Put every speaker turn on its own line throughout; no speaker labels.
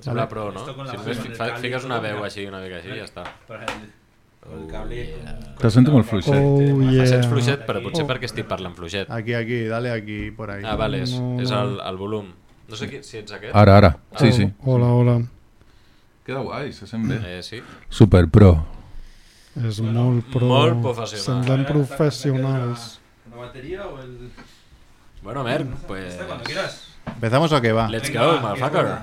Sembla pro, no?
Esto con la
Si
mano
només
en el
fa-
cable,
fiques una
con la-
veu així, una mica així, i ja està.
Però el, el cable...
Oh, yeah.
Te sento molt fluixet.
Oh, yeah.
Em sents fluixet, però potser
Oh.
perquè estic parlant fluixet.
Aquí, aquí, dale aquí, por ahí.
Ah, vale, és,
No,
és
no.
el, el volum. No sé qui, si ets
Ah.
aquest.
Ara, ara. Sí,
Oh,
sí.
Hola, hola.
Queda guai, se sent bé.
Eh, sí.
Super pro.
És molt pro...
molt professional.
Semblen professionals.
¿La batería o el...?
Bueno, Merck, pues...
Esta, cuando quieras.
¿Empezamos o qué va?
Let's
Venga,
go,
va,
motherfucker.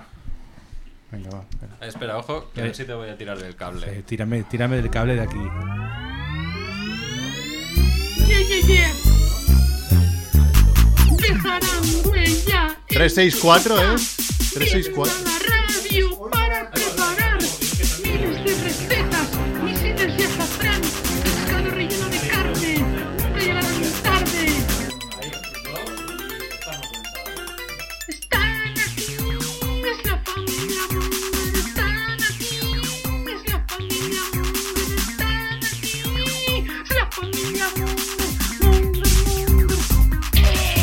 Venga, va. espera.
Espera, ojo, que a ver si te voy a tirar del cable.
Eh, tírame, tírame del cable de aquí.
Yeah, yeah, yeah. Dejarán huella. en
364,
tu
¿eh?
casa.
364.
Vienen a la radio para preparar miles de recetas, misiles de azafrán, pescado relleno de carne. Nunca llegarán tarde. Están aquí, es la familia Munger, están aquí, es la familia Munger, están aquí, es la familia Munger, Munger, Munger.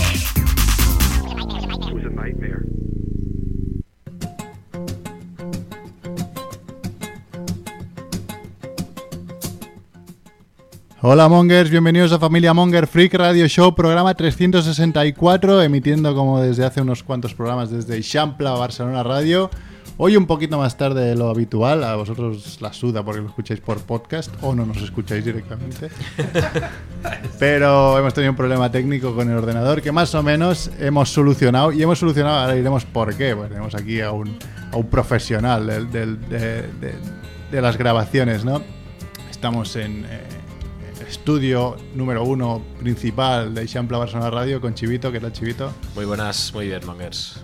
Hola Mongers, bienvenidos a Familia Monger Freak Radio Show, programa 364, emitiendo como desde hace unos cuantos programas desde Champla, Barcelona Radio. Hoy un poquito más tarde de lo habitual, a vosotros la suda porque lo escucháis por podcast o no nos escucháis directamente. Pero hemos tenido un problema técnico con el ordenador que más o menos hemos solucionado. Y hemos solucionado, ahora diremos por qué. Pues tenemos aquí a un, a un profesional del- del- de, de- de las grabaciones, ¿no? Estamos en eh, el estudio número uno principal de Champla Barcelona Radio con Chivito. ¿Qué tal, Chivito?
Muy buenas, muy bien, Mongers.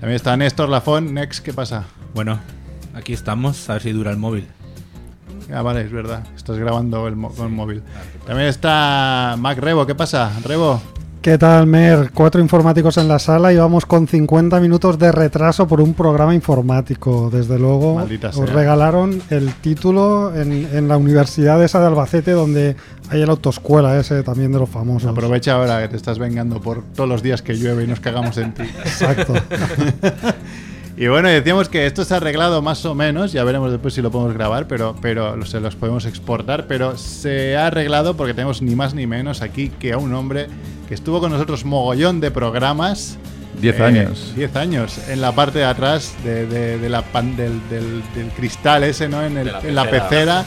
También está Néstor Lafón. Next, ¿qué pasa?
Bueno, aquí estamos, a ver si dura el móvil.
Ah, vale, es verdad. Estás grabando el mo- con el móvil. También está Mac Rebo. ¿Qué pasa, Rebo?
¿Qué tal, Mer? Cuatro informáticos en la sala y vamos con 50 minutos de retraso por un programa informático. Desde luego,
Maldita
os
sea.
regalaron el título en, en la universidad esa de Albacete, donde hay el autoescuela ese también de los famosos.
Aprovecha ahora que te estás vengando por todos los días que llueve y nos cagamos en ti.
Exacto.
Y bueno, decíamos que esto se ha arreglado más o menos, ya veremos después si lo podemos grabar, pero, pero se los podemos exportar, pero se ha arreglado porque tenemos ni más ni menos aquí que a un hombre que estuvo con nosotros mogollón de programas.
10
Eh,
años.
10 años. En la parte de atrás de, de- de la pan- del, del- del cristal ese, ¿no? En, el-
De la
en la
pecera.
pecera.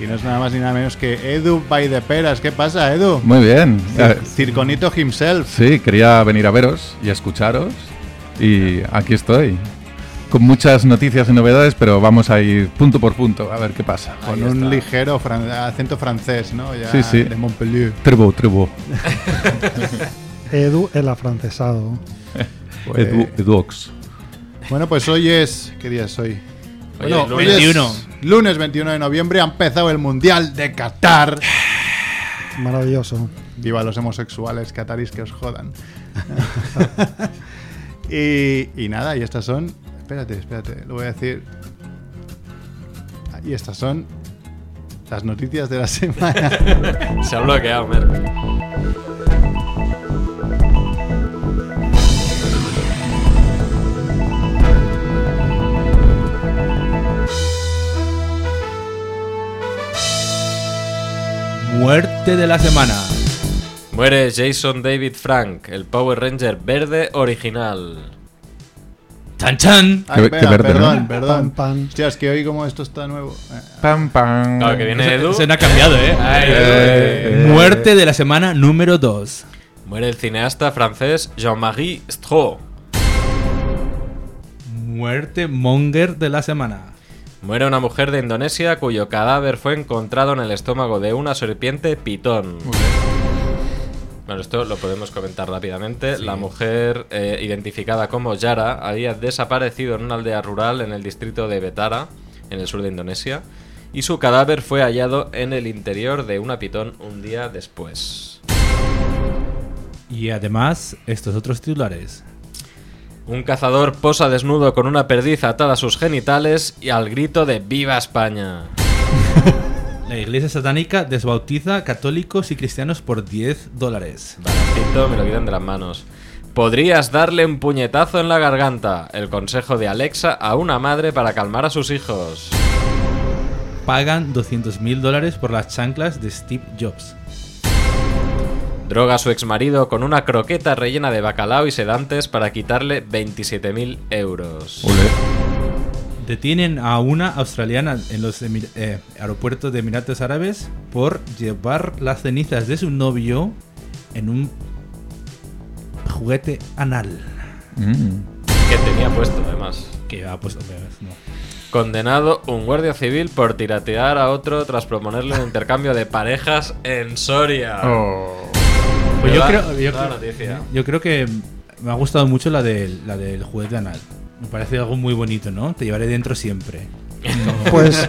Y no es nada más ni nada menos que Edu by the Peras. ¿Qué pasa, Edu?
Muy bien. Eh,
Cir- Circonito himself.
Sí, quería venir a veros y a escucharos y aquí estoy. Con muchas noticias y novedades, pero vamos a ir punto por punto a ver qué pasa.
Con
Ahí
un
está.
ligero fran- acento francés, ¿no? Ya
Sí, sí.
De Montpellier.
Trevo, Trevo,
Edu, el afrancesado.
Pues-
edu, Eduox.
Bueno, pues hoy es. ¿Qué día es hoy?
Hoy
Bueno,
es lunes.
es
21.
lunes 21 de noviembre ha empezado el Mundial de Qatar.
Maravilloso.
Viva los homosexuales catarís que os jodan. y, y nada, y estas son. Espérate, espérate, lo voy a decir. Ah, Y estas son las noticias de la semana.
Se ha bloqueado, Merck.
Muerte de la semana.
Muere Jason David Frank, el Power Ranger verde original.
¡Chan, chan!
Ay,
Qué- qué
espera,
verde, ¿no?
perdón, perdón.
Pam, pam.
Hostia, es que hoy como esto está nuevo. Eh,
Pam, pam.
Claro, que viene Edu.
Se me ha cambiado, ¿eh?
Ay,
Eh, eh.
Muerte de la semana número 2.
Muere el cineasta francés Jean-Marie Straw.
Muerte monger de la semana.
Muere una mujer de Indonesia cuyo cadáver fue encontrado en el estómago de una serpiente pitón. Bueno, esto lo podemos comentar rápidamente. La mujer, eh, identificada como Yara, había desaparecido en una aldea rural en el distrito de Betara, en el sur de Indonesia, y su cadáver fue hallado en el interior de una pitón un día después.
Y además, estos otros titulares.
Un cazador posa desnudo con una perdiz atada a sus genitales y al grito de ¡Viva España!
La iglesia satánica desbautiza católicos y cristianos por 10 dólares.
Baratito, me lo quitan de las manos. Podrías darle un puñetazo en la garganta. El consejo de Alexa a una madre para calmar a sus hijos.
Pagan 200 mil dólares por las chanclas de Steve Jobs.
Droga a su exmarido con una croqueta rellena de bacalao y sedantes para quitarle 27.000 euros.
Ole.
Detienen a una australiana en los Emir- eh, aeropuertos de Emiratos Árabes por llevar las cenizas de su novio en un juguete anal.
Mm.
Que tenía puesto, además.
Que va, pues, hombre, no.
Condenado un guardia civil por tiratear a otro tras proponerle un intercambio de parejas en Soria.
Ah.
Oh.
Oh.
Pues yo
Nueva-
creo, yo,
nueva
creo-
noticia.
yo creo que me ha gustado mucho la del, la del juguete anal. Me parece algo muy bonito, ¿no? Te llevaré dentro siempre.
Pues,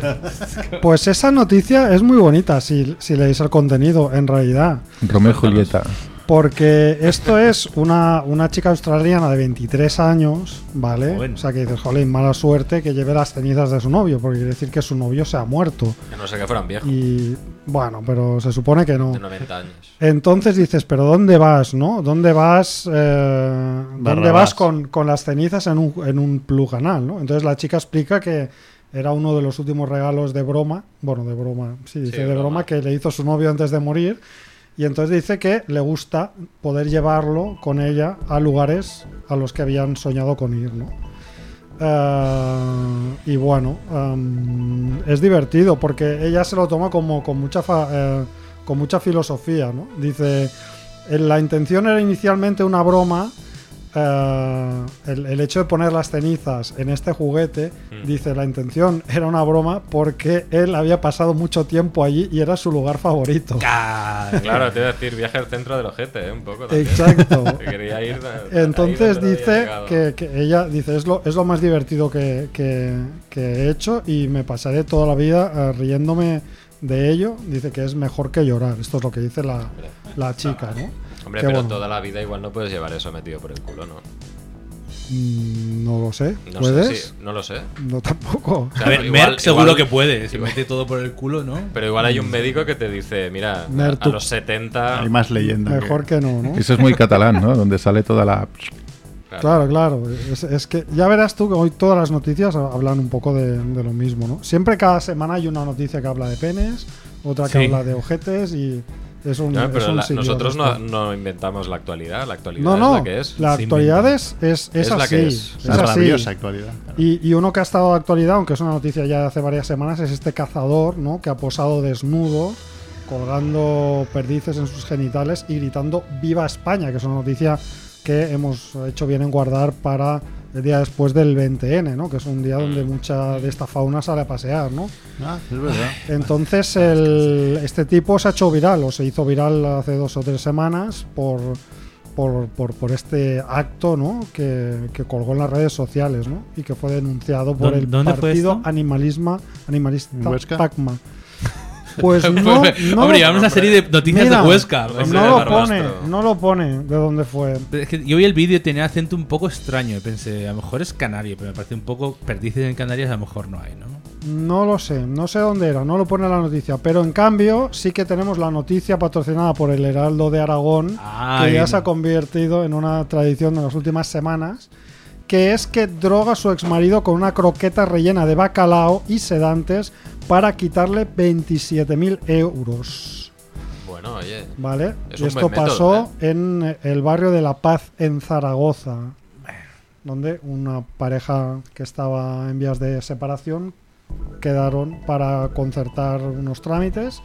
pues esa noticia es muy bonita si, si leéis el contenido, en realidad.
Romeo y Julieta.
Porque esto es una, una chica australiana de 23 años, ¿vale?
Joven.
O sea que dices, jolín, mala suerte que lleve las cenizas de su novio, porque quiere decir que su novio se ha muerto.
A no ser que fueran viejos,
Y bueno, pero se supone que no.
de 90 años.
Entonces dices, pero ¿dónde vas, no? ¿Dónde vas, eh, ¿dónde
Barrabás.
vas con, con las cenizas en un, en un plug anal, no? Entonces la chica explica que era uno de los últimos regalos de broma, bueno, de broma, sí, dice de broma.
broma.
que le hizo su novio antes de morir. Y entonces dice que le gusta poder llevarlo con ella a lugares a los que habían soñado con ir, ¿no? Eh, y bueno, em, es divertido porque ella se lo toma como con mucha, fa- eh, con mucha filosofía, ¿no? Dice, "Eh, la intención era inicialmente una broma, eh, el, el hecho de poner las cenizas en este juguete,
Mm.
dice, la intención era una broma porque él había pasado mucho tiempo allí y era su lugar favorito.
Claro, te iba a decir, viaje al centro del ojete, ¿eh? un poco también.
Exacto.
Que quería ir a- ahí donde
Entonces
no había
dice
llegado.
que, que ella dice es lo, es lo más divertido que, que- que he hecho y me pasaré toda la vida eh, riéndome de ello. Dice que es mejor que llorar. Esto es lo que dice la, la chica, ¿no?
Hombre,
que
pero
bueno.
toda la vida igual no puedes llevar eso metido por el culo, ¿no?
Mm, No lo sé.
No
¿Puedes?
sé, sí, no lo sé.
No tampoco.
Claro,
a ver,
igual-
Merck seguro
igual-
que puede. Se mete todo por el culo, ¿no?
Pero igual hay un médico que te dice, mira,
Mer,
a
Mm. tú-
los 70...
Hay más leyenda.
Mejor que no, ¿no?
Eso es muy catalán, ¿no? Donde sale toda la.
Claro, claro. Es, es que ya verás tú que hoy todas las noticias hablan un poco de, de lo mismo, ¿no? Siempre cada semana hay una noticia que habla de penes, otra que
Sí.
habla de ojetes y es un,
No,
es
pero
un
la-
sitio
nosotros
de esto.
no, no inventamos la actualidad, la actualidad
No, no,
es la que es.
la
Se
actualidad
inventa.
es, es, es
Es la
así.
que es.
es.
Es una
así.
rabiosa actualidad.
Y, y uno que ha estado de actualidad, aunque es una noticia ya de hace varias semanas, es este cazador ¿no? que ha posado desnudo, colgando perdices en sus genitales y gritando Viva España, que es una noticia que hemos hecho bien en guardar para el día después del 20N, ¿no? que es un día donde mucha de esta fauna sale a pasear. ¿no?
Ah, es verdad.
Entonces el- este tipo se ha hecho viral o se hizo viral hace dos o tres semanas por, por, por- por este acto ¿no? que, que colgó en las redes sociales ¿no? y que fue denunciado por
¿Dó-
el
dónde fue
partido
esto?
animalisma, animalista
¿En Huesca?
PACMA. Pues no, no
Hombre,
lo-
llevamos una serie de noticias
Mira,
de Huesca.
Huesca.
no lo
Barbastro.
pone, no lo pone de dónde fue.
Pero es que yo vi el vídeo y tenía acento un poco extraño. y Pensé, a lo mejor es canario, pero me parece un poco perdices en Canarias, a lo mejor no hay, ¿no?
No lo sé, no sé dónde era, no lo pone la noticia, pero en cambio sí que tenemos la noticia patrocinada por el Heraldo de Aragón,
Ay,
Ah, que ya se
no.
ha convertido en una tradición de las últimas semanas, que es que droga a su exmarido con una croqueta rellena de bacalao y sedantes para quitarle 27.000 euros.
Bueno, oye,
¿Vale?
Es
Y
un
esto
buen método, ¿eh?
pasó en eh, el barrio de La Paz, en Zaragoza, donde una pareja que estaba en vías de separación quedaron para concertar unos trámites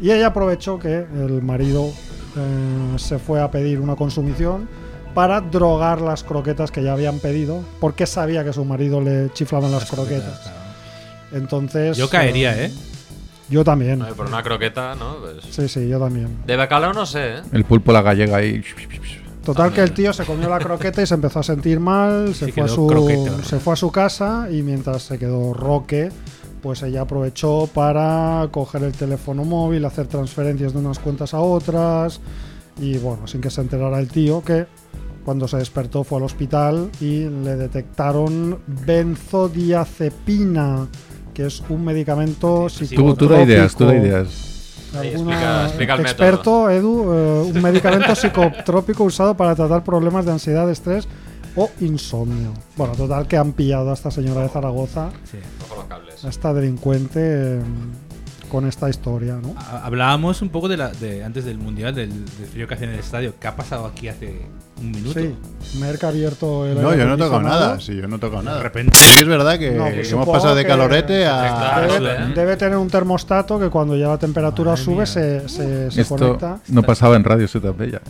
y ella aprovechó que el marido eh, se fue a pedir una consumición para drogar las croquetas que ya habían pedido porque sabía que su marido le chiflaban las, croquetas. Entonces...
Yo caería, ¿eh?
Yo también.
no, por una croqueta, ¿no? Pues-
Sí, sí, yo también.
De bacalao no sé, ¿eh?
El pulpo, la gallega ahí.
Total que el tío se comió la croqueta y se empezó a sentir mal, se,
Se
fue, a
quedó
su,
croqueta.
se fue a su casa y mientras se quedó roque, pues ella aprovechó para coger el teléfono móvil, hacer transferencias de unas cuentas a otras y bueno, sin que se enterara el tío que cuando se despertó fue al hospital y le detectaron benzodiazepina, que es un medicamento
Sí, sí,
Tú, tú
psicotrópico.
da ideas, tú da ideas.
de
Ahí,
alguna-
explica- explica el método.
experto, Edu, eh, un medicamento psicotrópico usado para tratar problemas de ansiedad, estrés o insomnio. Bueno, total que han pillado a esta señora de Zaragoza,
Sí.
Ojo los cables.
a esta delincuente eh, con esta historia, ¿no?
Ha- Hablábamos un poco de, la, de antes del mundial, del, del frío que hacía en el estadio. ¿Qué ha pasado aquí hace un minuto?
Sí, Merck ha abierto el
No,
aire
yo no he tocado
acondicionado.
nada. Sí, yo no he tocado
De
nada.
repente.
Sí, es verdad que,
No, pues
que hemos
supongo
pasado de
que-
calorete a.
Claro,
Debe,
¿eh?
debe tener un termostato que cuando ya la temperatura
Madre mía.
sube se, se- se
Esto
conecta.
no pasaba en Radio Ciutat
Pero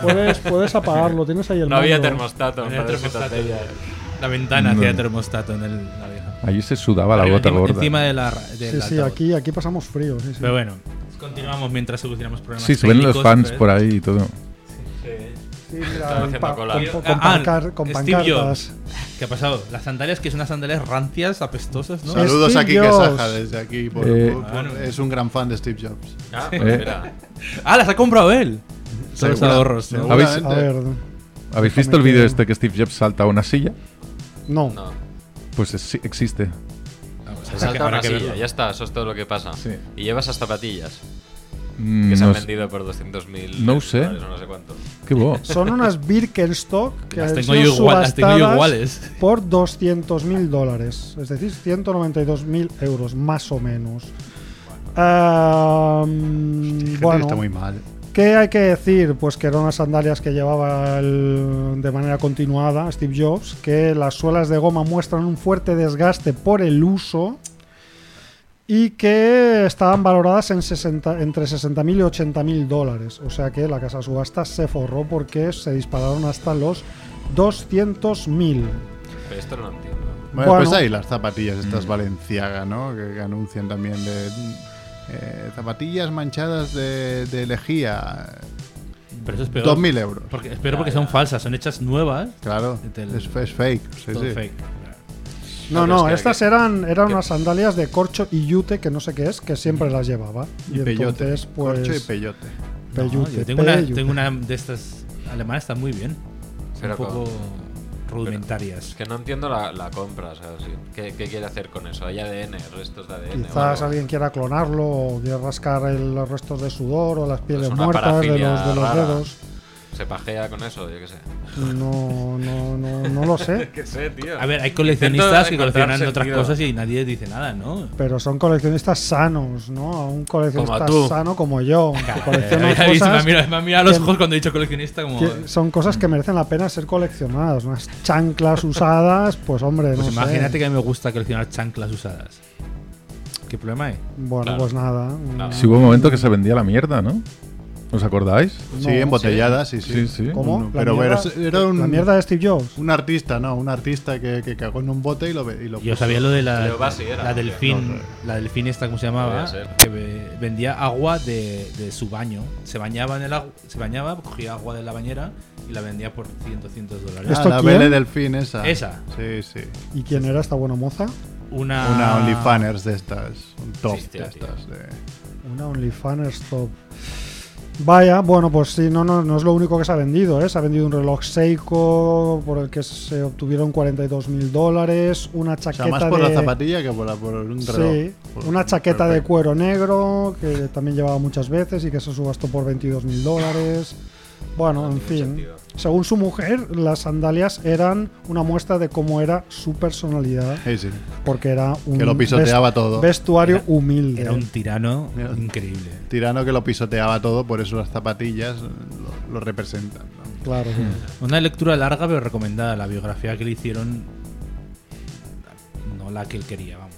puedes, puedes apagarlo, tienes ahí el
No había
mando.
termostato.
No había
para eso
termostato.
te-
La ventana
No.
hacía termostato en el, la vieja.
Allí se sudaba la
Arriba,
gota
encima,
gorda.
encima de la. ra- del
Sí, sí,
altavoz.
aquí, aquí pasamos frío. Sí, sí.
Pero bueno, continuamos mientras solucionamos problemas.
Sí, se ven los
técnicos, ¿eh?
fans
pero-
por ahí y todo.
Sí, mira,
Estaba
con
haciendo
pa-
cola.
con,
Y-
con
ah,
pancar- con
Steve
pancartas.
¿Qué ha pasado? Las sandalias, que son unas sandalias rancias, apestosas, ¿no?
Sí.
Saludos
Steve
a Kike
Jobs.
Saja desde aquí. por-
Eh,
por-
Claro.
es un gran fan de Steve Jobs.
Ah,
Eh.
pues mira.
¡Ah, las ha comprado él! Son los
Segura-
ahorros, ¿no?
seguramente.
A ver,
¿Habéis
Déjame
visto el vídeo
que-
este que Steve Jobs salta a una silla?
no.
No.
Pues es- sí, existe.
Se
Habrá Pues que-
salta
habrá
una
que
silla,
verlo.
ya está, eso es todo lo que pasa.
Sí.
Y llevas las zapatillas,
Mm,
que se
no
han
sé-
vendido por 200.000
No sé.
dólares o no sé cuánto.
Qué bo.
Son unas Birkenstock que
Las
han
tengo,
sido
yo igual, las tengo yo
subastadas
iguales.
por 200.000 dólares, es decir, 192.000 euros, más o menos. Ah, mm,
Gente que
bueno,
está muy mal.
¿Qué hay que decir? Pues que eran unas sandalias que llevaba el- de manera continuada Steve Jobs, que las suelas de goma muestran un fuerte desgaste por el uso y que estaban valoradas en 60 entre 60.000 y 80.000 dólares. O sea que la casa de subastas se forró porque se dispararon hasta los 200.000.
Pero esto no lo entiendo.
Bueno,
Bueno.
pues ahí las zapatillas, estas
Mm.
Valenciaga, ¿no? Que, que anuncian también de. eh, zapatillas manchadas de, de lejía.
Pero eso es peor.
2.000 euros.
Porque, espero porque son falsas, son hechas nuevas.
Claro.
Del-
Es, es fake. sí,
todo
sí.
fake.
No,
No, pero
no,
es que-
estas eran, eran
que-
unas sandalias de corcho y yute, que no sé qué es, que siempre las llevaba.
Y, peyote.
entonces, pues,
Corcho y peyote.
No,
peyute,
yo tengo, una,
peyute.
tengo una de estas alemanas, está muy bien. Son un
Pero
poco
Es
rudimentarias.
que no entiendo la, la compra, ¿sabes? Sí. ¿Qué, qué quiere hacer con eso? ¿Hay ADN, restos de ADN? o
Quizás
algo?
alguien quiera clonarlo o quiera rascar el- los restos de sudor o las pieles
una
muertas de
parafilia
los, de los
rara.
dedos.
¿Se pajea con eso? Yo qué sé.
No, no, no, no lo sé.
¿Qué sé, tío?
A ver, hay coleccionistas que
encontrar
coleccionan otras
sentido.
cosas y nadie dice nada, ¿no?
Pero son coleccionistas sanos, ¿no? A un coleccionista
Como tú.
sano como yo, que colecciona
Habéis visto, Eh, me, ha
cosas
mirado, me ha mirado a los
que-
ojos cuando he dicho coleccionista como... "Pues
que son cosas que merecen la pena ser coleccionadas. Unas chanclas usadas, pues hombre,
Pues
no
imagínate
sé.
que a mí me gusta coleccionar chanclas usadas. ¿Qué problema hay?
Bueno,
Claro.
pues nada.
Nada.
Si hubo un momento que se vendía la mierda, ¿no? ¿Os acordáis?
No.
sí, embotelladas, sí,
Sí,
sí.
sí.
¿Cómo?
No,
¿La
pero
mierda-
bueno, era un-
La mierda de Steve Jobs.
Un artista, no, un artista que, que cagó en un bote y lo, ve- y lo
Yo Pues, sabía lo de la,
Leo Bassi era,
la
¿no?
delfín,
No, no.
la delfín esta, ¿cómo se llamaba?
Podía ser.
Que ve- vendía agua de, de su baño. Se bañaba en el agua, se bañaba, cogía agua de la bañera y la vendía por cientos, cientos de
Ah,
dólares.
¿Esto
la
quién?
Belle Delfín, esa.
Esa. Ah.
Sí, sí.
¿Y quién era esta buena moza?
Una,
Una OnlyFanners de estas. Un top
Sí, tío,
de estas. de-
Una OnlyFans top. Vaya, bueno, pues sí, no, no, no es lo único que se ha vendido, ¿eh? Se ha vendido un reloj Seiko por el que se obtuvieron 42 mil dólares, una
O
chaqueta
sea, más por
de...
la zapatilla que por, la, por un reloj.
Sí,
Por-
una chaqueta de
perfecto.
cuero negro que también llevaba muchas veces y que se subastó por 22 mil dólares. Bueno,
No
en
tiene
fin.
sentido.
Según su mujer, las sandalias eran una muestra de cómo era su personalidad,
Sí, sí.
porque era un
Que lo pisoteaba todo.
vestuario
Era-
humilde.
Era un tirano
Mira.
increíble.
Tirano que lo pisoteaba todo, por eso las zapatillas lo, lo representan. ¿no?
Claro.
Una lectura larga pero recomendada, la biografía que le hicieron. No la que él quería, vamos.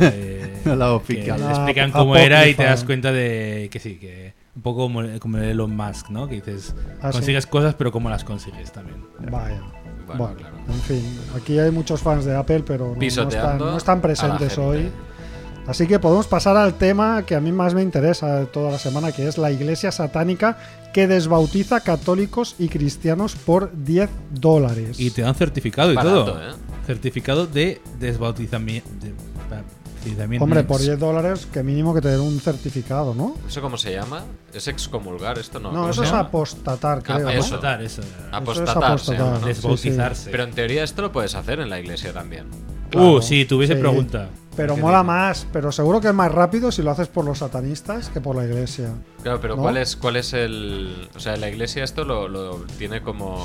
Eh,
No la
que le
oficial.
La
explican
ap-
cómo era y te
apócrifa.
das cuenta de que sí, que un poco como, como Elon Musk, ¿no? Que dices,
Ah, sí.
consigues cosas pero cómo las consigues también.
Vaya.
Bueno,
Bueno,
claro.
en fin, aquí hay muchos fans de Apple, pero no- no, están,
Pisoteando
no están
a la
presentes
gente.
hoy. Así que podemos pasar al tema que a mí más me interesa de toda la semana, que es la iglesia satánica que desbautiza católicos y cristianos por 10 dólares.
Y te dan certificado y
Barato,
todo.
¿eh?
Certificado de desbautizamiento. De, bautizamiento.
Hombre, por 10 dólares que mínimo que te den un certificado, ¿no?
¿Eso cómo se llama? ¿Es excomulgar esto? No,
No,
¿cómo
eso
se
es
llama?
apostatar, creo. Ah, ¿no?
eso.
Apostatar, eso. era.
Apostatar, se llama,
apostatar.
¿no?
Sí, sí.
Desbautizarse.
Pero en teoría esto lo puedes hacer en la iglesia también.
Claro,
uh, sí, tuviese
sí.
pregunta.
Pero
Que
mola
diga.
más, pero seguro que es más rápido si lo haces por los satanistas que por la iglesia.
Claro, pero
¿No?
¿cuál es cuál es el. O sea, la iglesia esto lo, lo tiene como.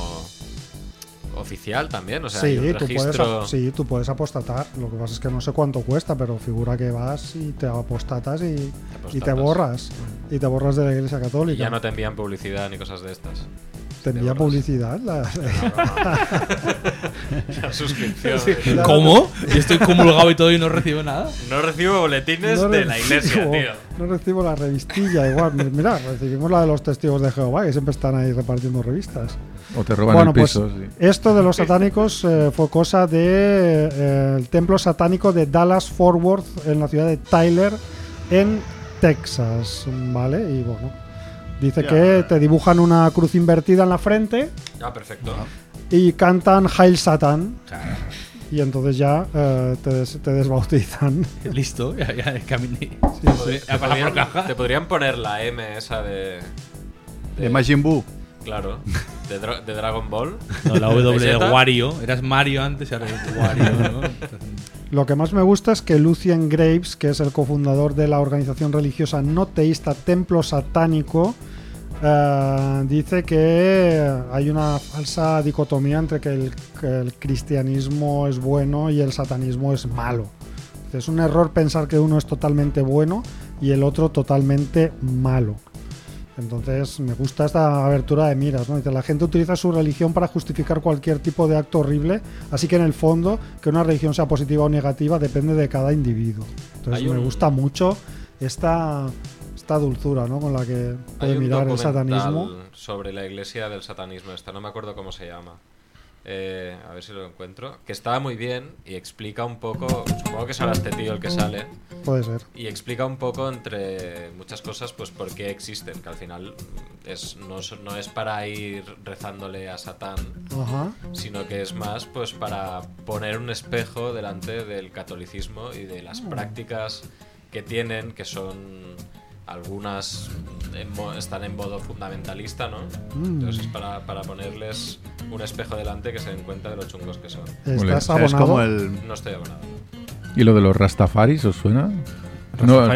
oficial también, o sea, hay
sí,
un
tú puedes,
registro.
ap- sí, tú puedes apostatar. Lo que pasa es que no sé cuánto cuesta, pero figura que vas y te apostatas y, y te
Apostatas.
borras. Y te borras de la iglesia
Y
católica.
ya no te envían publicidad ni cosas de estas.
Te envía
borras.
publicidad. la-
La suscripción. eh.
Claro.
¿Cómo? Y estoy comulgado y todo y no recibo nada.
No recibo boletines
no
de la iglesia,
recibo-
tío.
No recibo la revistilla igual. Mi- Mira, recibimos la de los testigos de Jehová, que siempre están ahí repartiendo revistas.
O te roban
bueno,
el piso.
pues
sí.
esto de los satánicos eh, fue cosa del de, eh, el templo satánico de Dallas Fort Worth en la ciudad de Tyler, en Texas, ¿vale? Y bueno, dice
Ya.
que te dibujan una cruz invertida en la frente
Ah, perfecto.
y cantan Hail Satan. Y entonces ya eh, te, des- te desbautizan.
Listo, ya, ya caminé.
Podri-
A
Te
palabra
podrían,
caja.
te podrían poner la M esa de.
De Majin Buu.
Claro, de, Dra- de Dragon Ball.
No, la W de
¿Peseta?
Wario. Eras Mario antes y ahora eres Wario, ¿no?
Lo que más me gusta es que Lucien Graves, que es el cofundador de la organización religiosa no teísta Templo Satánico, eh, dice que hay una falsa dicotomía entre que el, que el cristianismo es bueno y el satanismo es malo. Es un error pensar que uno es totalmente bueno y el otro totalmente malo. Entonces me gusta esta abertura de miras, ¿no? Dice, la gente utiliza su religión para justificar cualquier tipo de acto horrible, así que en el fondo que una religión sea positiva o negativa depende de cada individuo. Entonces
Hay
me
un-
gusta mucho esta, esta dulzura, ¿no? Con la que puede
Hay un
mirar el
documental
satanismo.
sobre la iglesia del satanismo esta, no me acuerdo cómo se llama. Eh, a ver si lo encuentro. Que estaba muy bien y explica un poco. Supongo que será este tío el que sale.
Puede ser.
Y explica un poco entre muchas cosas, pues por qué existen. Que al final es, no, es- no es para ir rezándole a Satán,
Ajá.
sino que es más pues para poner un espejo delante del catolicismo y de las prácticas que tienen, que son algunas en mo- están en modo fundamentalista, ¿no? Entonces es para, para ponerles un espejo delante que se den cuenta de los chungos que son.
bien.
Estás
Es
abonado.
Es como el.
No estoy abonado.
¿Y lo de los Rastafaris os suena?
Rastafari-
no,
no,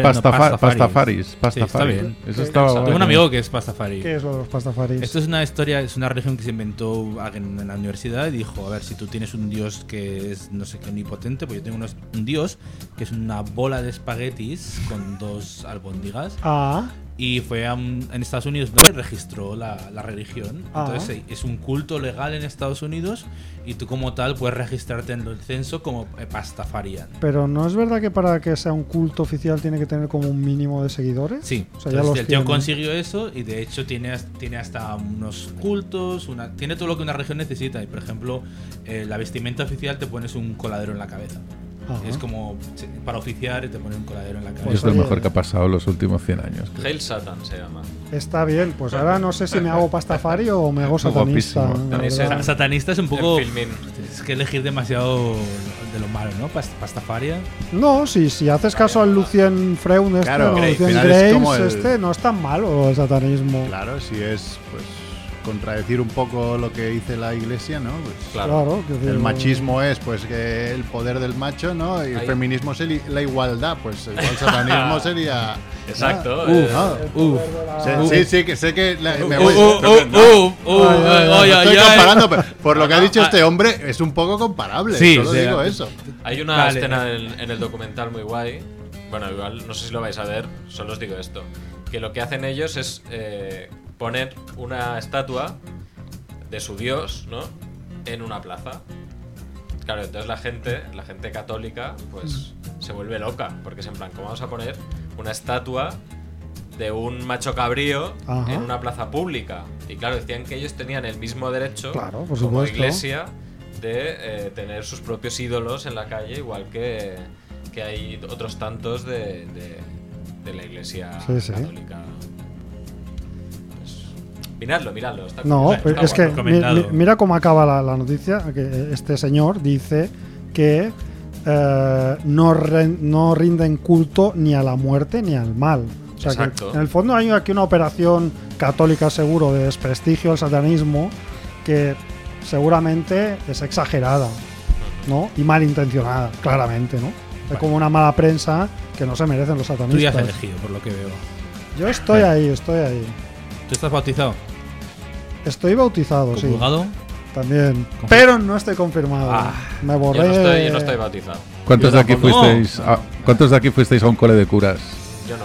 pastafaris.
pastafa- Pastafaris.
Sí, está
Pastafaris.
bien.
Eso estaba
Tengo
guay.
Tengo un amigo que es pastafari.
¿Qué es lo de los pastafaris?
Esto es una historia, es una religión que se inventó alguien en la universidad y dijo, a ver, si tú tienes un dios que es no sé qué omnipotente, pues yo tengo unos- un dios que es una bola de espaguetis con dos albóndigas
Ah,
y fue a un- en Estados Unidos ¿no? y registró la, la religión.
Ah.
Entonces eh, es un culto legal en Estados Unidos y tú como tal puedes registrarte en el censo como eh, pastafarian.
pero ¿no es verdad que para que sea un culto oficial tiene que tener como un mínimo de seguidores?
Sí,
O sea, ya los
entonces el tío
tiene.
consiguió eso y de hecho tiene, has- tiene hasta unos cultos, una, tiene todo lo que una religión necesita. Y por ejemplo, eh, la vestimenta oficial te pones un coladero en la cabeza.
Ajá. Pues
Es como sí, para oficiar y te ponen un coladero en la
Es
cabeza.
lo
Oye.
mejor que ha pasado los últimos 100 años. creo.
Hail Satan se llama.
Está bien, pues ahora no sé si me hago pastafari o me hago satanista.
Guapísimo.
la
Tenéis el-
verdad.
Sa- Satanista es un poco.
En Filmin.
Es que elegir demasiado de lo malo, ¿no? Pas- Pastafaria.
No, si, si haces caso al Lucien Freund este,
Claro,
o
al
Lucien
final es como
Graves
el-
este, no es tan malo el satanismo.
Claro, si es, pues, contradecir un poco lo que dice la iglesia, ¿no? Pues,
Claro.
quiero decir,
El machismo es, pues, que el poder del macho, ¿no? Y el
Ahí.
feminismo es el- la igualdad, pues, igual el satanismo sería...
Exacto.
Ah,
eh,
ah,
Uh.
Uf.
sé- sí, sí, que sé que... la- me
Uh,
voy-
uh,
creo que
uh,
no-
uh, uh,
Ay, ay,
ay,
no
ay,
estoy
ay.
comparando, pero por lo que ha dicho
ah,
este hombre, es un poco comparable,
Sí, Ah,
solo
o sea,
digo eso.
Hay una
Vale.
escena en, en el documental muy guay. Bueno, igual, no sé si lo vais a ver, solo os digo esto. Que lo que hacen ellos es eh, poner una estatua de su dios, ¿no? En una plaza. Claro, entonces la gente, la gente católica, pues
Mm.
se vuelve loca. Porque es en plan, ¿cómo vamos a poner una estatua de un macho cabrío
Ajá.
en una plaza pública? Y claro, decían que ellos tenían el mismo derecho
Claro, por
como
supuesto.
iglesia de eh, tener sus propios ídolos en la calle, igual que, que hay otros tantos de, de- de la iglesia
Sí, sí.
católica. Pues, miradlo, miradlo. Está
No,
está
pero es que
guapo.
mi-
Recomendado.
mi- mira cómo acaba la, la noticia, que este señor dice que eh, no, ren- no rinden culto ni a la muerte ni al mal. O sea que
Exacto.
en el fondo hay aquí una operación católica seguro de desprestigio al satanismo que seguramente es exagerada. ¿no? Y malintencionada, claramente, ¿no? Es como una mala prensa que no se merecen los
Tú ya has
satanistas.
elegido, por lo que veo.
Yo estoy ahí, estoy ahí.
Tú estás bautizado,
Estoy bautizado, Pues sí.
comulgado.
También. Pero no estoy confirmado.
Ah,
Me borré.
Yo no estoy, yo no estoy bautizado.
¿Cuántos
Yo
de, aquí
tampoco.
fuisteis a, ¿Cuántos de aquí fuisteis a un cole de curas?
Yo no.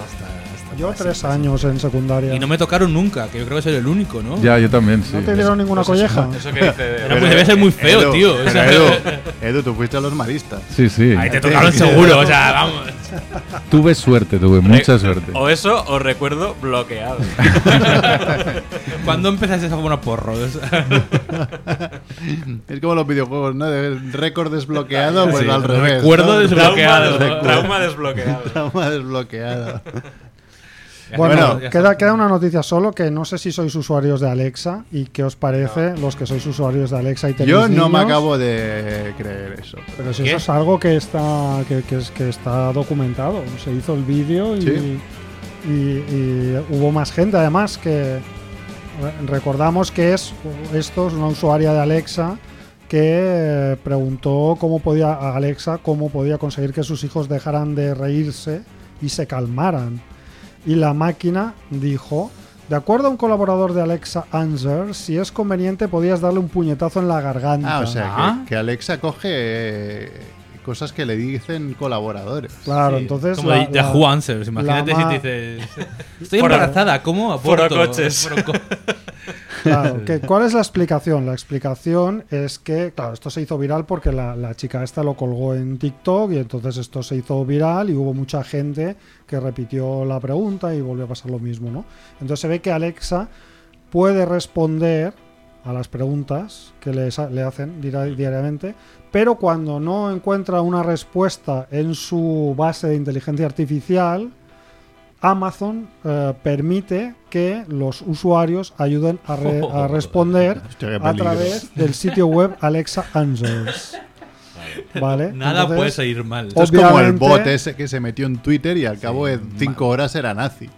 Yo tres años en secundaria.
Y no me tocaron nunca, que yo creo que soy el único, ¿no?
Ya, yo también, sí.
¿No te dieron ninguna colleja.
Eso que dice. de-
Era muy- pues debe ser muy feo,
eh, Edu,
tío. o
pero
sea,
Edu, Edu, tú fuiste a los maristas.
Sí, sí.
ahí te tocaron seguro, o sea, vamos.
Tuve suerte, tuve mucha suerte.
O eso, o recuerdo bloqueado.
¿Cuándo empezaste a fumar porros?
Es como los videojuegos, ¿no? De récord desbloqueado, pues
Sí,
al revés.
recuerdo
¿no?
de-
trauma,
Bloqueado.
des- trauma desbloqueado.
Trauma desbloqueado.
Bueno,
Bueno,
queda, queda una noticia solo que no sé si sois usuarios de Alexa y qué os parece los que sois usuarios de Alexa y tenéis
Yo no me
niños.
acabo de creer eso.
Pero si
¿Qué?
eso es algo que está, que, que es- que está documentado. Se hizo el vídeo y,
Sí.
y- y hubo más gente además que recordamos que es esto es una usuaria de Alexa que eh, preguntó cómo podía a Alexa cómo podía conseguir que sus hijos dejaran de reírse y se calmaran. Y la máquina dijo, de acuerdo a un colaborador de Alexa Answer, si es conveniente podías darle un puñetazo en la garganta.
Ah, o sea,
Ah.
que, que Alexa coge eh, cosas que le dicen colaboradores.
Claro, entonces
Como
la-
de
la-
Yahoo Answers, imagínate
la
si
ma-
te dices. Estoy
Foro-
embarazada, ¿cómo?
foro
Aborto.
coches.
Foro co-
Claro, que- ¿cuál es la explicación? La explicación es que, claro, esto se hizo viral porque la, la chica esta lo colgó en TikTok y entonces esto se hizo viral y hubo mucha gente que repitió la pregunta y volvió a pasar lo mismo, ¿no? Entonces se ve que Alexa puede responder a las preguntas que les ha- le hacen diari- diariamente, pero cuando no encuentra una respuesta en su base de inteligencia artificial, Amazon eh, permite que los usuarios ayuden a, re- a responder
Hostia, qué
a
peligro.
través del sitio web Alexa Answers. ¿Vale?
Nada
Entonces,
puede salir mal.
Esto es como el
Obviamente-
bot ese que se metió en Twitter y al cabo de cinco horas era nazi.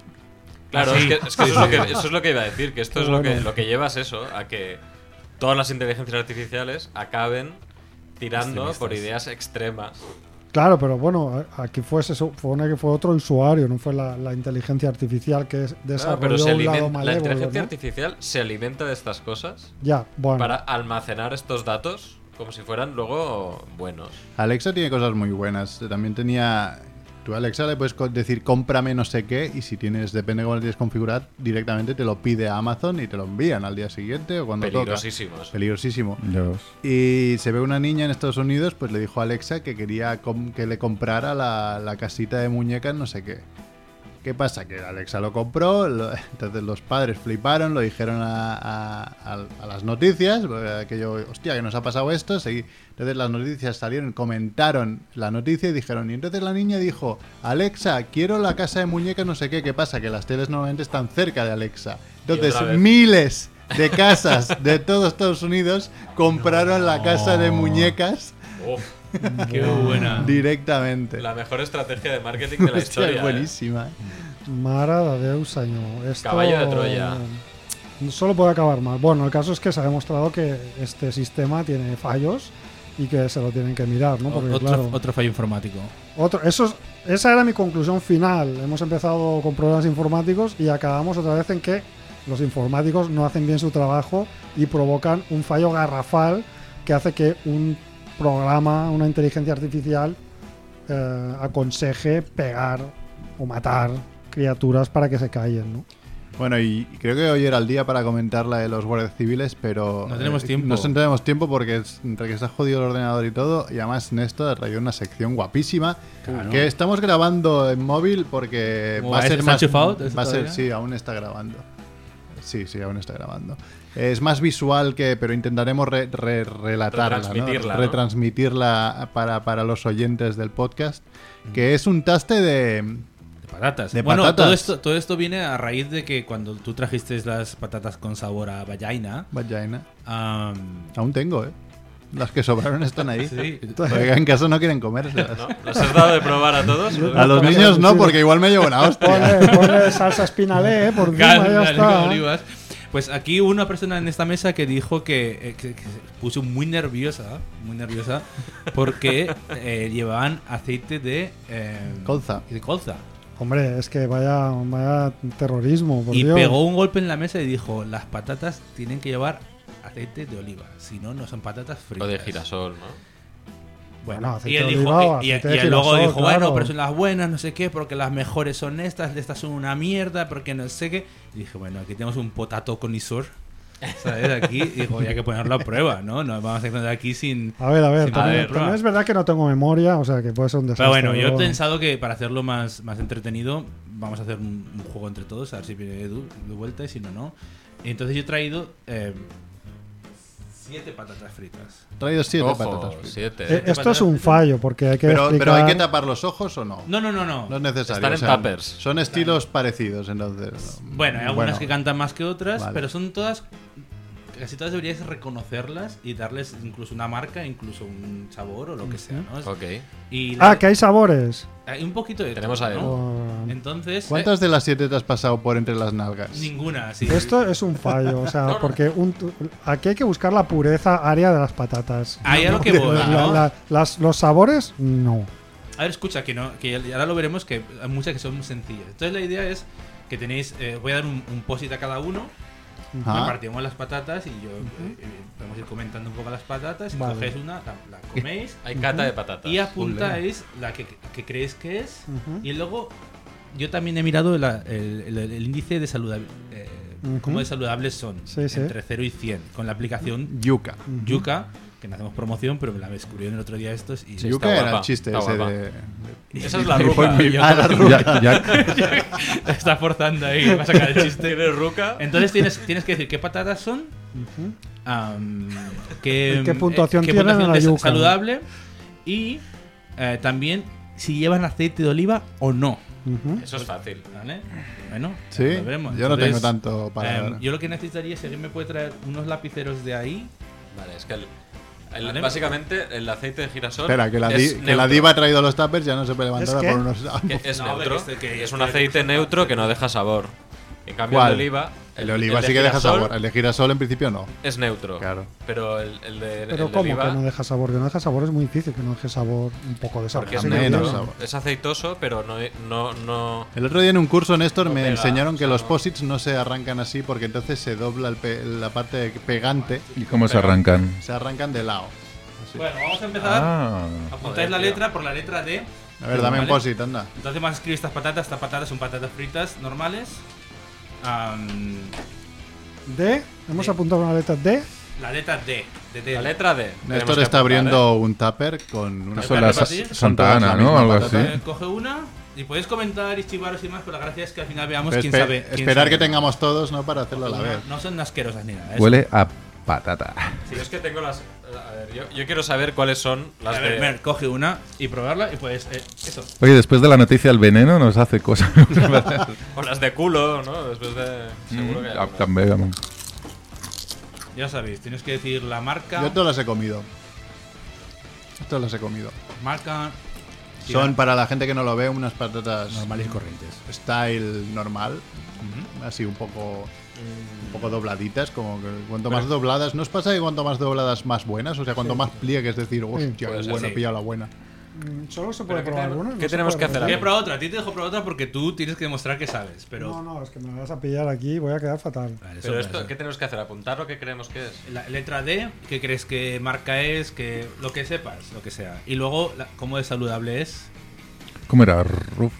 Claro,
Sí.
es que, es que eso, es lo que, eso es lo que iba a decir, que esto
Qué
es lo que,
bueno.
lo que llevas eso, a que todas las inteligencias artificiales acaben tirando por ideas extremas.
Claro, pero bueno, a- aquí fue, se supone que fue otro usuario, no fue la, la inteligencia artificial que es-
Claro,
desarrolló
pero se
un lado
alimenta- la
malévolo.
inteligencia
¿no?
artificial se alimenta de estas cosas
Ya, bueno.
para almacenar estos datos como si fueran luego buenos.
Alexa tiene cosas muy buenas. También tenía. Tú a Alexa le puedes co- decir cómprame no sé qué y si tienes, depende de cómo lo tienes configurado, directamente te lo pide a Amazon y te lo envían al día siguiente o cuando toca.
Peligrosísimos.
Peligrosísimo.
Dios.
Y se ve una niña en Estados Unidos, pues le dijo a Alexa que quería com- que le comprara la, la casita de muñecas, no sé qué. ¿Qué pasa? Que Alexa lo compró, lo- entonces los padres fliparon, lo dijeron a, a- a- a las noticias, eh, aquello, hostia, que nos ha pasado esto. seguí- Entonces las noticias salieron, comentaron la noticia y dijeron, y entonces la niña dijo, Alexa, quiero la casa de muñecas, no sé qué, ¿qué pasa? Que las teles normalmente están cerca de Alexa. Entonces
otra vez.
miles de casas de todo Estados Unidos compraron la casa de muñecas
Uf,
Qué buena.
directamente.
la mejor estrategia de marketing de la
Hostia,
historia.
es
¿eh?
buenísima. ¿eh?
Mara de Déu, senyor. Esto...
Caballo de Troya.
Solo puede acabar mal. Bueno, el caso es que se ha demostrado que este sistema tiene fallos y que se lo tienen que mirar, ¿no? Porque,
Otro,
claro,
otro fallo informático.
otro- eso es- esa era mi conclusión final. Hemos empezado con problemas informáticos y acabamos otra vez en que los informáticos no hacen bien su trabajo y provocan un fallo garrafal que hace que un programa, una inteligencia artificial, eh, aconseje pegar o matar criaturas para que se callen, ¿no?
Bueno, y creo que hoy era el día para comentar la de los guardias civiles, pero...
No tenemos
eh,
tiempo.
No tenemos tiempo porque es- entre que está jodido el ordenador y todo, y además Néstor ha traído una sección guapísima que estamos grabando en móvil porque
¿Cómo
va a
va?
ser
¿Está
más...
enchufado?
Va a ser,
¿Todavía?
sí, aún está grabando. Sí, sí, aún está grabando. Es más visual que... pero intentaremos re- re- relatarla, ¿no?
Retransmitirla, ¿no?
Retransmitirla para, para los oyentes del podcast, que es un taste de...
De patatas.
De
bueno,
patatas.
Todo, esto, todo esto viene a raíz de que cuando tú trajiste las patatas con sabor a vallaina.
Vagina.
am,
Aún tengo, ¿eh? Las que sobraron están ahí.
sí.
Porque en casa no quieren comérselas.
¿No? ¿Los has dado de probar a todos?
A los niños no, porque igual me llevo una hostia.
Ponle, ponle salsa espinalé, ¿eh? por encima
Cal-
ya
cal-
está.
olivas. Pues aquí hubo una persona en esta mesa que dijo que, eh, que- que se puso muy nerviosa, muy nerviosa, porque eh, llevaban aceite de... eh,
Colza.
De colza.
Hombre, es que vaya, vaya terrorismo, por
y
Dios.
pegó un golpe en la mesa y dijo, las patatas tienen que llevar aceite de oliva, si no, no son patatas fritas.
O de girasol, ¿no?
Bueno,
Bueno,
aceite
y él
de
dijo,
oliva o
que- y,
aceite de
y él luego
girasol,
dijo, bueno,
claro.
pero son las buenas, no sé qué, porque las mejores son estas, estas son una mierda, porque no sé qué. Y dije, bueno, aquí tenemos un potato con isor. ¿Sabes? Aquí, digo, hay que ponerlo a prueba, ¿no? Nos vamos a quedar aquí sin...
A ver, a ver,
sin poder
también, también
prueba.
es verdad que no tengo memoria, o sea que puede ser un desastre.
Pero bueno, yo he
pues luego.
pensado que para hacerlo más, más entretenido, vamos a hacer un, un juego entre todos, a ver si viene Edu de vuelta y si no, no. Entonces yo he traído eh, siete patatas fritas.
Traído siete
Ojo,
patatas. fritas.
siete.
Eh, esto es un fallo, porque hay que
Pero,
explicar...
pero hay que tapar los ojos o no.
No, no, no, no.
No es necesario.
Están en tuppers.
Son estilos parecidos, entonces. um,
Bueno, hay algunas
Bueno,
que cantan más que otras,
Vale.
pero son todas. Casi todas deberíais reconocerlas y darles incluso una marca, incluso un sabor o lo que sea, ¿no?
¿eh? Ok.
Y la-
Ah, que hay sabores.
hay un poquito de.
Tenemos
todo,
a él.
¿no?
Oh.
Entonces.
¿Cuántas de las siete te has pasado por entre las nalgas?
eh, ninguna, sí.
Esto es un fallo, o sea, porque un, aquí hay que buscar la pureza área de las patatas.
Ahí a Ah, lo que voy,
La-
¿no?
la- las- los sabores, no.
A ver, escucha, que no, que ya- ahora lo veremos que hay muchas que son muy sencillas. Entonces la idea es que tenéis. eh, voy a dar un, un post a cada uno.
Ah,
Repartimos las patatas y yo. eh, eh, podemos ir comentando un poco las patatas.
Vale.
Cogéis una, la, la coméis.
Hay cata de patatas.
Y apuntáis la que, que creéis que es.
Ujú.
Y luego, yo también he mirado la- el, el- el índice de saludabilidad.
Ujú.
Cómo de saludables son.
Sí, sí.
Entre 0 y 100. Con la aplicación
Yuca.
Yuka, que no hacemos promoción, pero me la descubrieron el otro día estos. Y
Sí,
Yuca
está
era
guapa,
el chiste
está
ese
guapa.
de.
Esa es la
de-
ruca.
Fue mi-
Yo-
Ah, la
Ya-
ruca.
Jack,
está forzando ahí, va a sacar el chiste.
¿Tienes ruca?
Entonces tienes, tienes que decir qué patatas son. am, qué,
¿Y qué puntuación
eh, qué
tienen en
puntuación
la
de
yuca?
saludable. Y eh, también si llevan aceite de oliva o no.
Ujú.
Eso es fácil.
¿Vale? Bueno,
Sí,
lo veremos.
yo no tengo
Entonces,
tanto para.
em, yo lo que necesitaría es que alguien me puede traer unos lapiceros de ahí.
Vale, es que el- el-
Vale.
básicamente el aceite de girasol.
Espera, que la,
es
di- que la
neutro.
diva ha traído los tuppers, ya no se puede levantar
Es
a
que-
por unos.
Que es
No, pero
neutro.
este que-
es un aceite neutro que no deja sabor. En cambio,
¿Cuál?
el de oliva.
El oliva
de
sí que deja
girasol
sabor. El de girasol en principio no.
Es neutro.
Claro.
Pero el, el de,
Pero
el de
¿cómo
oliva.
que no deja sabor? Que no deja sabor es muy difícil, que no deje sabor, un poco de sabor.
porque es,
Sí,
menos
claro.
sabor.
es aceitoso, pero no. no, no
El otro día en un curso, Néstor,
No
me
pega,
enseñaron
o
que
sea,
los
no.
posits no se arrancan así porque entonces se dobla el pe- la parte pegante,
¿Y cómo se arrancan?
se arrancan de lado.
Bueno, vamos a empezar.
Ah,
Apuntáis
Joder,
la
tío.
letra por la letra D.
A ver, dame un
Vale.
posit, anda.
Entonces vas a escribir estas patatas. Estas patatas son patatas fritas normales. Am,
D, hemos
Sí.
apuntado una letra D.
la letra D. de D.
la letra D. tenemos
Néstor
que
está
apuntar, ¿eh?
abriendo un tupper con una
¿Tupper
son las
repartir?
Son
Santa
todas la
Ana,
misma
¿no? Algo
patata.
así.
Eh, coge una. Y podéis comentar y chivaros y más, pero la gracia es que al final veamos
Pero
quién
espe-
sabe. quién
esperar
sabe.
que tengamos todos, ¿no? Para hacerlo a la
No,
vez.
No son asquerosas ni nada. ¿eh?
Huele a patata.
Si ¿eh? es que tengo las. A ver, yo, yo quiero saber cuáles son las
A ver,
de.
Mer, coge una y probarla y puedes. eh, eso.
Oye, después de la noticia del veneno nos hace cosas.
O las de culo, ¿no? Después de. Seguro que. hay
Ah,
alguna.
También.
Ya sabéis, tienes que decir la marca.
Yo todas las he comido. Todas las he comido.
Marca.
Son, para la gente que no lo ve, unas patatas
normales y corrientes.
style normal. Así un poco un poco dobladitas, como que cuanto más dobladas, ¿no os pasa que cuanto más dobladas más buenas? O sea, cuanto más pliegues, decir, hostia,
Puede
qué
Pues
ser,
buena,
sí.
pilla la buena.
Mm, Solo se puede
¿qué
probar
tenemos-
una. no
qué
se
tenemos
puede
que hacer
Voy
repetir.
a probar otra. A ti te dejo probar otra porque tú tienes que demostrar que sabes. Pero.
No, no, es que me la vas a pillar aquí voy a quedar fatal.
Vale, eso,
Pero esto,
eso.
¿qué tenemos que hacer? ¿Apuntar lo que creemos que es?
La letra D, ¿qué crees que marca es? Que lo que sepas, lo que sea. Y luego, la- cómo de saludable es.
¿Cómo era? Ruf-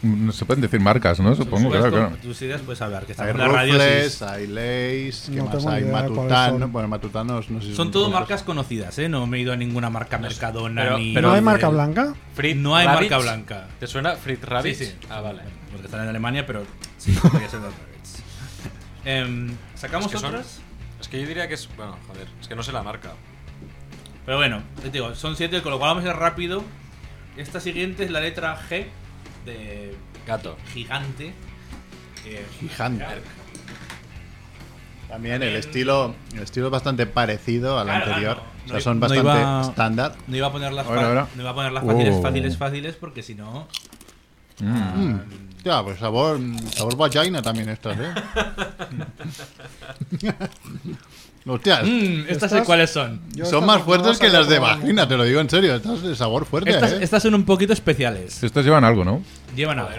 No se pueden decir marcas, ¿no? Supongo,
Por
claro,
supuesto,
claro.
Tus ideas puedes hablar, que estamos
Hay
en la radio.
rufles,
sí.
hay leis, ¿qué
No
más
tengo
hay?
idea de cuáles
Matutano,
son.
bueno, matutanos, no sé si
Son todo
rufles.
marcas conocidas, ¿eh? No me he ido a ninguna marca Mercadona
pero-
ni.
pero-
¿No hay
ni
marca
del-
blanca?
Frit
No hay
Rabbits.
marca blanca.
¿Te suena Frit Rabbit?
Sí, sí.
Ah, vale.
Porque están en Alemania, pero sí, podría ser de otra vez. Em, ¿Sacamos
Es que son-
otras?
Es que yo diría que es. Bueno, joder, es que no sé la marca.
Pero bueno, te digo, son siete, con lo cual vamos a ir rápido. Esta siguiente es la letra G de
Gato.
gigante. Eh,
Gigante.
claro,
También el estilo, el estilo es bastante parecido al
Claro,
anterior.
claro, no
O sea,
i-
son
no
bastante
iba-
estándar.
No iba a poner las,
Ahora,
fa-
ahora.
No iba a poner las fáciles,
Oh.
fáciles, fáciles, porque si no.
Mm. Ya, pues sabor, sabor vagina también estas, ¿eh? Hostias,
Mm, estas sé
Estas-
cuáles son.
Yo
son
estas
más
no
fuertes
las
que las de
acabo.
vagina, te lo digo en serio. Estas de sabor fuerte,
Estas,
¿eh?
estas son un poquito especiales.
Estos llevan algo, ¿no?
Llevan algo.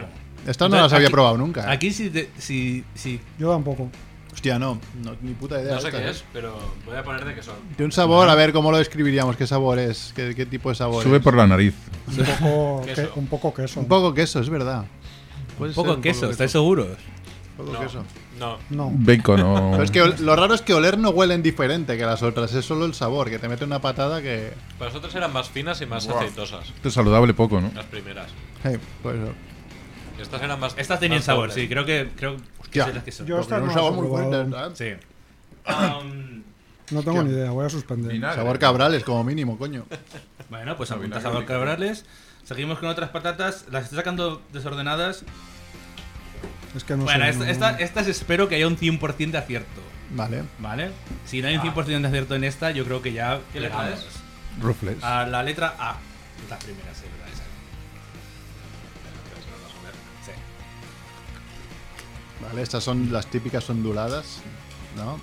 Estas no las
Entonces,
había
aquí-
probado nunca. ¿eh?
Aquí si, te- si, si
Yo tampoco.
Hostia, no, no, ni puta idea.
No sé
estas,
qué
¿eh?
es, pero voy a poner de qué son.
De un sabor, a ver cómo lo describiríamos, qué sabor es, qué, qué tipo de
Pues-
sabor
Sube
es.
por la nariz.
Un poco, que-
Queso.
un poco queso.
Un poco queso, es verdad. Puede
un
ser
poco queso, ¿estáis
queso.
seguros?
Un poco queso.
No.
No.
Bacon o.
Pero es que ol- lo raro es que oler no huelen diferente que las otras, es solo el sabor, que te mete una patada que...
Para nosotros eran más finas y más aceitosas,
Esto es saludable poco, ¿no?
las primeras.
Hey, pues eso.
Estas eran más.
Estas tenían
más
sabor,
dobles.
sí, creo que, creo que
Hostia.
sé las que son.
Yo
Tiene
estas no
un
las
sabor
he
muy
probado.
fuerte. ¿eh?
Sí. Um,
No tengo ni idea, voy a suspender.
Sabor cabrales, como mínimo, coño.
Bueno, pues
No,
apuntas a
vinagre
los cabrales. Seguimos con otras patatas. Las estoy sacando desordenadas.
Es que no
bueno,
sé.
esta-
no-
esta- estas espero que haya un 100% de acierto.
Vale.
¿Vale? Si no
Ah.
hay un 100% de acierto en esta, yo creo que ya.
¿Qué letra
llegamos.
es?
Rufles.
A la letra A. Es la primera, sí, verdad, esa. Sí.
Vale, estas son las típicas onduladas, ¿no?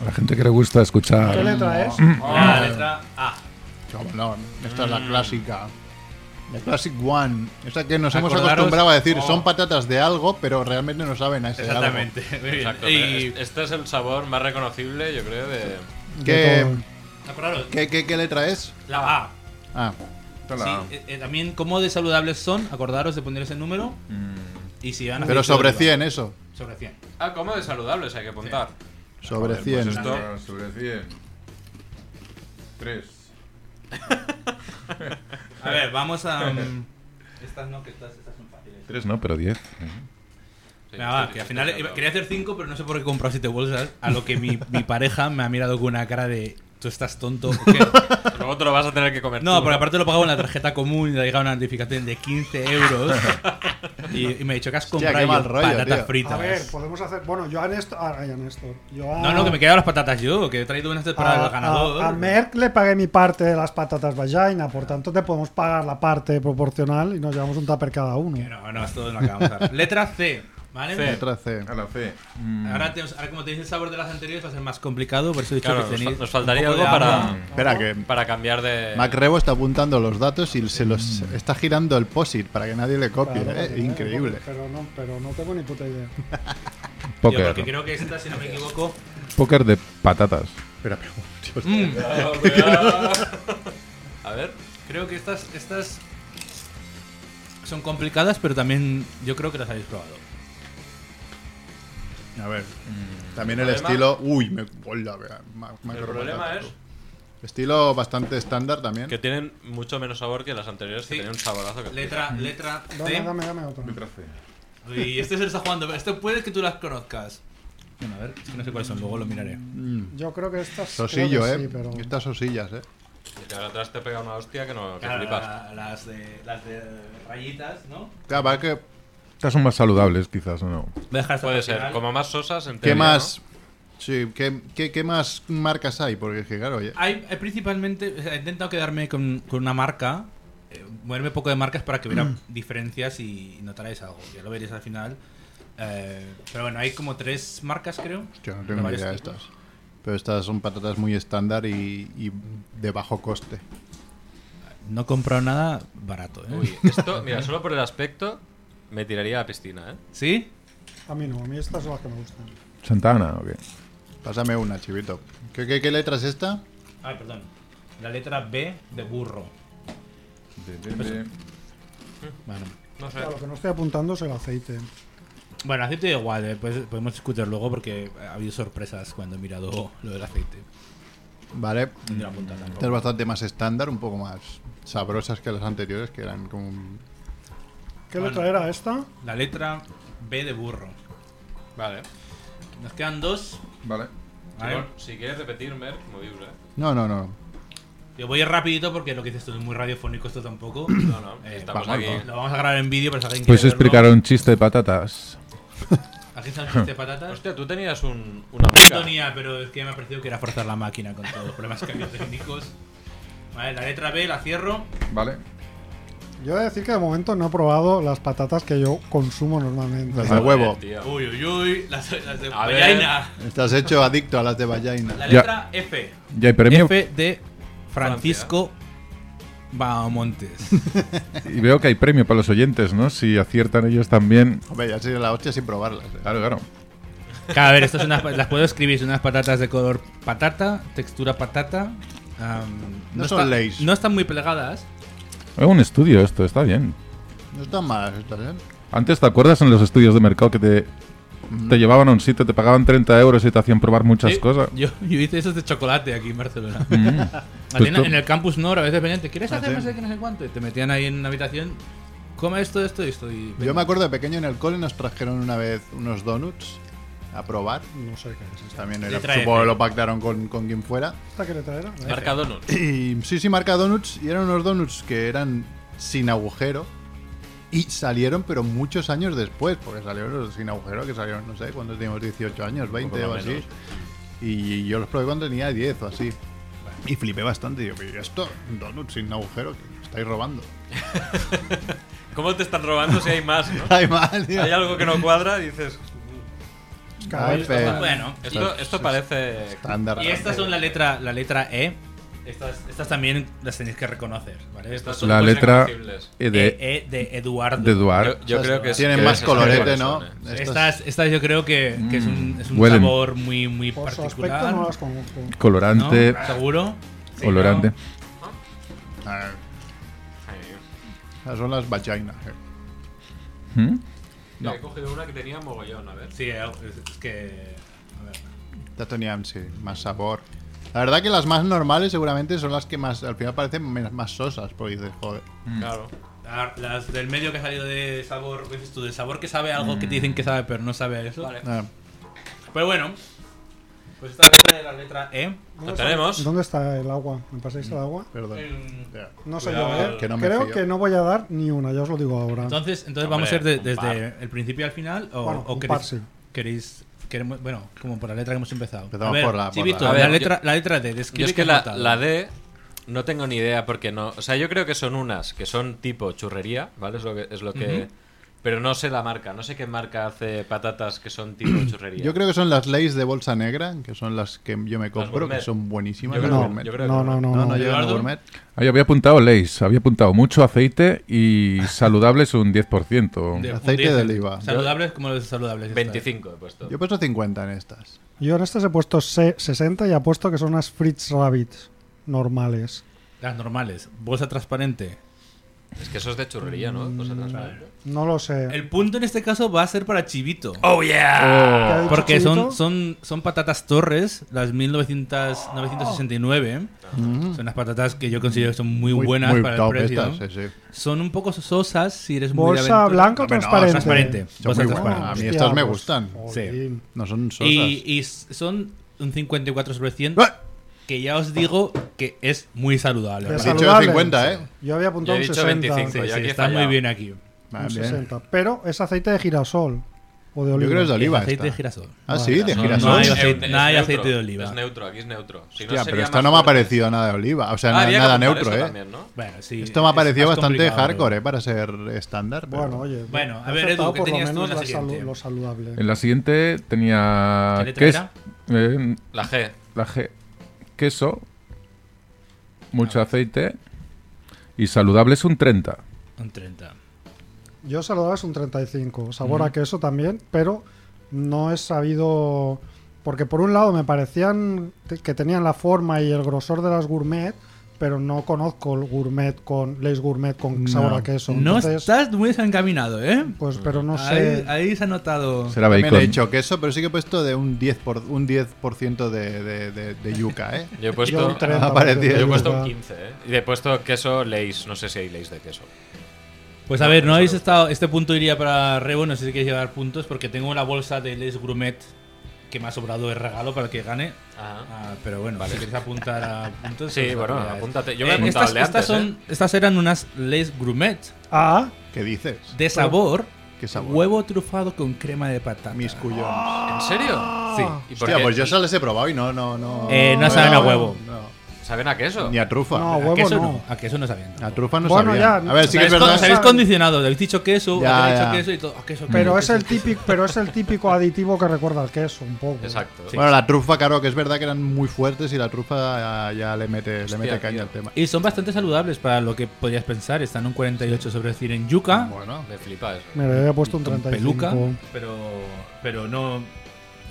A la gente que le gusta
¿Qué
escuchar.
letra es?
Ah.
La letra A.
Como no, esta es la clásica. La Classic One. Esa que nos hemos
Acordaros-
acostumbrado a decir, son
Oh.
patatas de algo, pero realmente no saben a ese algo.
Exactamente. Muy bien.
Exacto.
Y.
pero Este es el sabor más reconocible, yo creo, de.
¿Qué,
De
Acordaros,
qué, qué, qué letra es?
La A.
Ah,
Sí, eh, eh, también cómo de saludables son, acordaros de poner ese número.
Mm.
Y si van a
pero
hacer
sobre
todo el
100 eso.
bar. Sobre 100.
Ah, como de saludables hay que apuntar.
Sobre
pues
100.
pues esto-
Sobre 100. 3.
A ver, vamos a... mm, estas no, que estas, estas son fáciles.
3 no, pero 10.
Sí,
Venga, va,
estoy-
que al
estoy
final
encantado.
quería hacer 5, pero no sé por qué he comprado 7 bolsas. A lo que mi, mi pareja me ha mirado con una cara de... ¿Tú estás tonto o qué?
Luego te lo vas a tener que comer.
No,
tú,
porque aparte lo pagaba en la tarjeta común y le ha llegado una notificación de 15 euros. Y, y me ha dicho que has
Hostia, qué
comprado
mal
yo
rollo,
patatas
tío.
fritas.
A ver, podemos hacer. Bueno, yo a Néstor. Ah, ya Néstor. Yo a-
No, no, que me quedan las patatas yo, que he traído unas para
a-
el ganador.
A, a Merck le pagué mi parte de las patatas vagina, por tanto te podemos pagar la parte proporcional y nos llevamos un tupper cada uno.
Que No, no, esto no acabamos ahora. Letra C, ¿vale?
C.
Letra C.
A la fe.
Ahora, tenemos- ahora como tenéis el sabor de las anteriores va a ser más complicado, por eso he dicho
Claro,
que
nos,
tenéis...
fa- nos
un
faltaría
poco
algo
de
para,
hambre.
Espera, que
para cambiar de.
Eh. Mac Rebo está apuntando los datos y se los está girando el POSIT para que nadie le copie.
Claro,
¿eh?
porque,
Increíble.
Pero no, pero no tengo ni puta idea.
Tío, porque
Póker.
creo que esta, si no me equivoco...
Póker de patatas.
mm,
A ver.
creo que estas, estas son complicadas, pero también yo creo que las habéis probado.
A ver. También el
Mm. problema-
estilo. Uy, me. hola, vea, ma-
El
macro
problema
patata,
es
tú. Estilo bastante estándar también.
que tienen mucho menos sabor que las anteriores, que
Sí.
tenían un saborazo que.
Letra, letra
Dame,
C.
dame, dame otra.
Y este se lo está jugando, pero esto puede que tú las conozcas. Bueno, a ver, es que no sé cuáles son, luego lo miraré.
Yo creo que estas. creo
Sosillo,
que
¿eh?
sí, pero-
Estas osillas, ¿eh?
Y que atrás te pega una hostia que no. Que
Claro,
flipas.
la- las, de, las de rayitas, ¿no?
Claro, va que.
Estas son más saludables, quizás, ¿o no?
Voy a dejar
Puede ser. Como más sosas, en
¿Qué
teoría,
más? Sí, ¿qué, qué, qué más marcas hay? Porque es que, claro, oye.
Hay, hay principalmente, o sea, he intentado quedarme con, con una marca, eh, moverme poco de marcas para que
Mm.
hubiera diferencias y notarais algo, ya lo veréis al final. Eh, pero bueno, hay como tres marcas, creo.
Yo no tengo ni
varios
idea de
tipos.
estas. Pero estas son patatas muy estándar y, y de bajo coste.
No he comprado nada barato, ¿eh?
¿no? Uy, esto, mira, solo por el aspecto, me tiraría a la piscina, ¿eh?
¿Sí?
A mí no, a mí estas son las que me gustan.
¿Santa Ana o qué?
Pásame una, chivito. ¿Qué, qué, qué letra es esta?
Ay, perdón. La letra B de burro. Bueno,
No sé.
Claro, lo que no estoy apuntando es el aceite.
bueno aceite igual, eh, pues podemos discutir luego porque ha habido sorpresas cuando he mirado lo del aceite.
Vale.
De la punta tampoco.
Esta es bastante más estándar, un poco más sabrosas que las anteriores, que eran como... un-
¿Qué
Bueno.
letra era esta?
La letra B de burro.
Vale.
Nos quedan dos.
Vale.
¿vale?
Ivonne, si quieres repetir, Merck, movible. ¿eh?
No, no, no.
Yo voy a ir rapidito porque lo que dices tú es muy radiofónico, esto tampoco.
No, no.
Eh,
estamos
vamos,
aquí.
Lo vamos a grabar en vídeo, pero si alguien quiere
¿Puedes
verlo-
explicar un chiste de patatas?
Aquí está el chiste de patatas.
Hostia, tú tenías un, una marca.
Sintonía, pero es que me ha parecido que era forzar la máquina con todos los problemas que había técnicos. Vale, la letra B la cierro.
Vale.
Yo he de decir que de momento no he probado las patatas que yo consumo normalmente.
Las de huevo.
Tío.
Uy, uy, uy, las, las de
A ver.
Pellaina.
Estás hecho adicto a las de vallaina.
La
Ya.
letra F.
Ya hay premio.
F de Francisco Bahamontes.
Y veo que hay premio para los oyentes, ¿no? Si aciertan ellos también.
Hombre, ya sería la hostia sin probarlas. eh.
Claro, claro.
Cada vez, estas son unas, las puedo escribir, son unas patatas de color patata, textura patata. am,
No son
está-
Lay's.
No están muy plegadas.
Hago un estudio esto, está bien.
No están malas estas, ¿eh?
Antes, ¿te acuerdas en los estudios de mercado que te, te llevaban a un sitio, te pagaban 30 euros y te hacían probar muchas
Sí,
cosas?
Yo, yo hice esos de chocolate aquí en Barcelona.
Pues
Hacían
tú-
en el campus Nord a veces venían, ¿te quieres
Ah,
hacer
sí.
no sé qué, no sé cuánto? Y te metían ahí en una habitación, come esto, esto y esto. y
Yo
venga.
me acuerdo de pequeño en el cole nos trajeron una vez unos donuts a probar.
No sé qué es esta.
También era,
Letra F.
supongo que lo pactaron con, con quien fuera.
¿Esta que le traerá?
Marca Donut.
Y sí, sí, marca Donuts. Y eran unos donuts que eran sin agujero. Y salieron, pero muchos años después, porque salieron los sin agujero, que salieron, no sé, cuando teníamos 18 años, 20 o
poco
así.
menos.
Y yo los probé cuando tenía 10 o así. Y flipé bastante. Digo, pero ¿y esto, donuts sin agujero, que me estáis robando.
¿Cómo te están robando si hay más, no?
Ay, mal, tío.
Hay algo que no cuadra, dices.
Ay, pero-
Bueno,
Esto, esto parece.
Estándar.
y, y estas son la letra, la letra E. Estas, estas también las tenéis que reconocer, ¿vale?
Estas
Estas
son
La
muy
letra
reconocibles.
E de,
E, E de Eduardo.
de Eduard.
Yo, yo creo que es-
Tienen
que
más
es- ¿eh?
colorete,
es-
¿no?
Estas, estas yo creo que, que es un, es un
Mm. huelen.
sabor muy, muy
Por su aspecto
particular.
no las conozco.
¿no?
Colorante,
¿Seguro? Sí,
olorante.
¿no?
Ah,
Sí.
esas son las vaginas. eh.
¿Mm?
Yo He cogido una que tenía mogollón, a ver.
Sí, eh, es, es que. a ver.
Estas tenían, sí, más sabor. La verdad que las más normales seguramente son las que más al final parecen men- más sosas, porque dices, joder.
Claro.
Ah, Las del medio que ha salido de sabor, ¿qué dices tú? Del sabor que sabe a algo que
Mm.
te dicen que sabe, pero no sabe a eso.
Ah,
Pero bueno, pues esta letra es la letra E.
Lo tenemos.
¿Dónde está el agua? ¿Me pasáis el agua?
perdón. Ya.
No sé
Cuidado,
yo, ¿eh?
que no me
Creo
fío.
que no voy a dar ni una, ya os lo digo ahora.
Entonces, entonces
Hombre,
vamos a ir de-
un
desde
par.
el principio al final o,
Bueno,
o
un
queréis,
par, sí.
queréis- queremos- bueno, como por la letra que hemos empezado.
Empezamos
a ver,
por la- por
Chivito,
la-
A
la,
ver,
letra, la letra D, describe
Yo es
qué
que
has
la,
notado.
la D no tengo ni idea porque no. O sea, yo creo que son unas que son tipo churrería, ¿vale? Es lo que. Es lo que Pero no sé la marca. No sé qué marca hace patatas que son tipo churrería.
Yo creo que son las leyes de bolsa negra, que son las que yo me compro, que
gourmet.
son buenísimas.
Yo
las
creo-
gourmet.
yo creo-
No, no, no.
no, no,
no.
llegan a
Eduardo.
gourmet.
Ahí había apuntado Leis, había apuntado mucho aceite y saludables un 10%.
De- un
aceite
diez.
de oliva.
Saludables como los saludables.
25 he puesto.
¿eh? Yo he puesto 50 en estas.
Yo en estas he puesto se- 60 y apuesto que son unas Fritz Rabbits normales.
Las normales. Bolsa transparente.
Es que eso es de churrería, ¿no? Pues Cosa transparente.
No lo sé.
El punto en este caso va a ser para Chivito.
¿Qué ha dicho
Porque
Chivito?
son, son, son patatas torres, las
Oh.
1900, 969. Son unas patatas que yo considero que son muy, buenas
Mm. muy
para el
top
precio.
estas, sí, sí.
Son un poco sosas si eres muy de
bolsa
aventura.
blanca o
Hombre, no,
transparente.
transparente.
Son
Bolsa
muy
transparente.
buenas. A mí
Hostia,
estas me
pues,
gustan.
jolín.
No son sosas.
Y, y s- son un 54 sobre 100,
¡Ah!
que ya os digo que es muy saludable.
Es
Has dicho
saludable.
50, ¿eh?
Yo había apuntado
Yo he
un
dicho
60.
25,
Sí,
Yo
sí,
aquí he
está muy
fallado.
bien aquí.
Ah,
un
bien.
60. Pero es aceite de girasol o de
Yo
oliva.
creo que es de oliva.
El aceite
esta.
de girasol.
Ah, sí, de
No,
girasol.
No hay
es
aceite-
neutro,
nada de
es
aceite
neutro,
de oliva.
Es neutro, aquí es neutro. Si no
Hostia,
sería
pero
más
esta no me ha
fuerte.
parecido nada de oliva. O sea,
Ah,
na-
había que
nada
apuntar
neutro,
eso
¿eh?
también, ¿no?
Bueno, sí.
Esto me ha
es más
parecido bastante
complicado,
hardcore, ¿eh? Para ser estándar. pero-
Bueno, oye.
Bueno, a
he
ver, Edu,
aceptado
¿qué
por lo
tenías tú en
menos
la
la salu-
siguiente?
lo saludable.
En la siguiente tenía
¿Qué letra
queso, eh,
La G.
la G- queso,
Ah.
mucho aceite y saludables un 30.
Un 30.
Yo saludaba es un 35, sabor a queso también, pero no he sabido... Porque por un lado me parecían te- que tenían la forma y el grosor de las gourmet, pero no conozco el gourmet con... Leis gourmet con sabor a queso.
No
Entonces,
estás muy desencaminado, ¿eh?
Pues pero no
ahí,
sé...
ahí se ha notado.
Será
También
bacon.
he hecho queso, pero sí que he puesto de un 10%, por, un 10 de, de, de- de yuca, ¿eh?
Yo he
yo
puesto.
un 30,
ha parecido-
porque
yo he
es
puesto un
verdad.
15, ¿eh? Y he puesto queso leis. No sé si hay leis de queso.
Pues a ver, no habéis estado. Este punto iría para Rebo, no sé si queréis llevar puntos, porque tengo la bolsa de Les Grumet que me ha sobrado de regalo para el que gane.
Ajá.
Ah, pero bueno, si queréis apuntar a puntos.
Sí,
pues
bueno,
apuntáis.
apúntate. Yo me he
Eh,
apuntado
estas,
al de
estas
antes,
son, estas eran unas Les Grumet
Ah,
¿Qué dices?
de sabor,
¿Qué sabor?
huevo Ah. trufado con crema de patata.
Mis cuyones.
¿En serio?
Sí.
¿eh? ¿Y por
Hostia,
qué?
pues yo esas les he probado y no, no, no.
Eh, no
era-
saben a huevo.
no.
O
¿Saben a queso?
Ni a trufa.
No,
a
huevo
queso
no.
no. a queso no sabían.
A trufa no
Bueno,
sabían.
ya,
a ver, sí que
Os habéis-
es verdad.
os habéis condicionado, habéis dicho queso,
Ya,
habéis
ya.
dicho queso y todo. ah, queso,
Pero
queso,
es el
queso.
típico, pero es el típico aditivo que recuerda al queso, un poco.
Exacto.
Bueno, la trufa, claro, que es verdad que eran muy fuertes y la trufa ya, ya le mete, le mete caña
tío.
al tema.
Y son bastante saludables para lo que podrías pensar. Están un 48 sobre 100 en yuca.
Bueno,
Me flipa eso.
Me le había puesto un
con
35.
peluca, pero, pero no.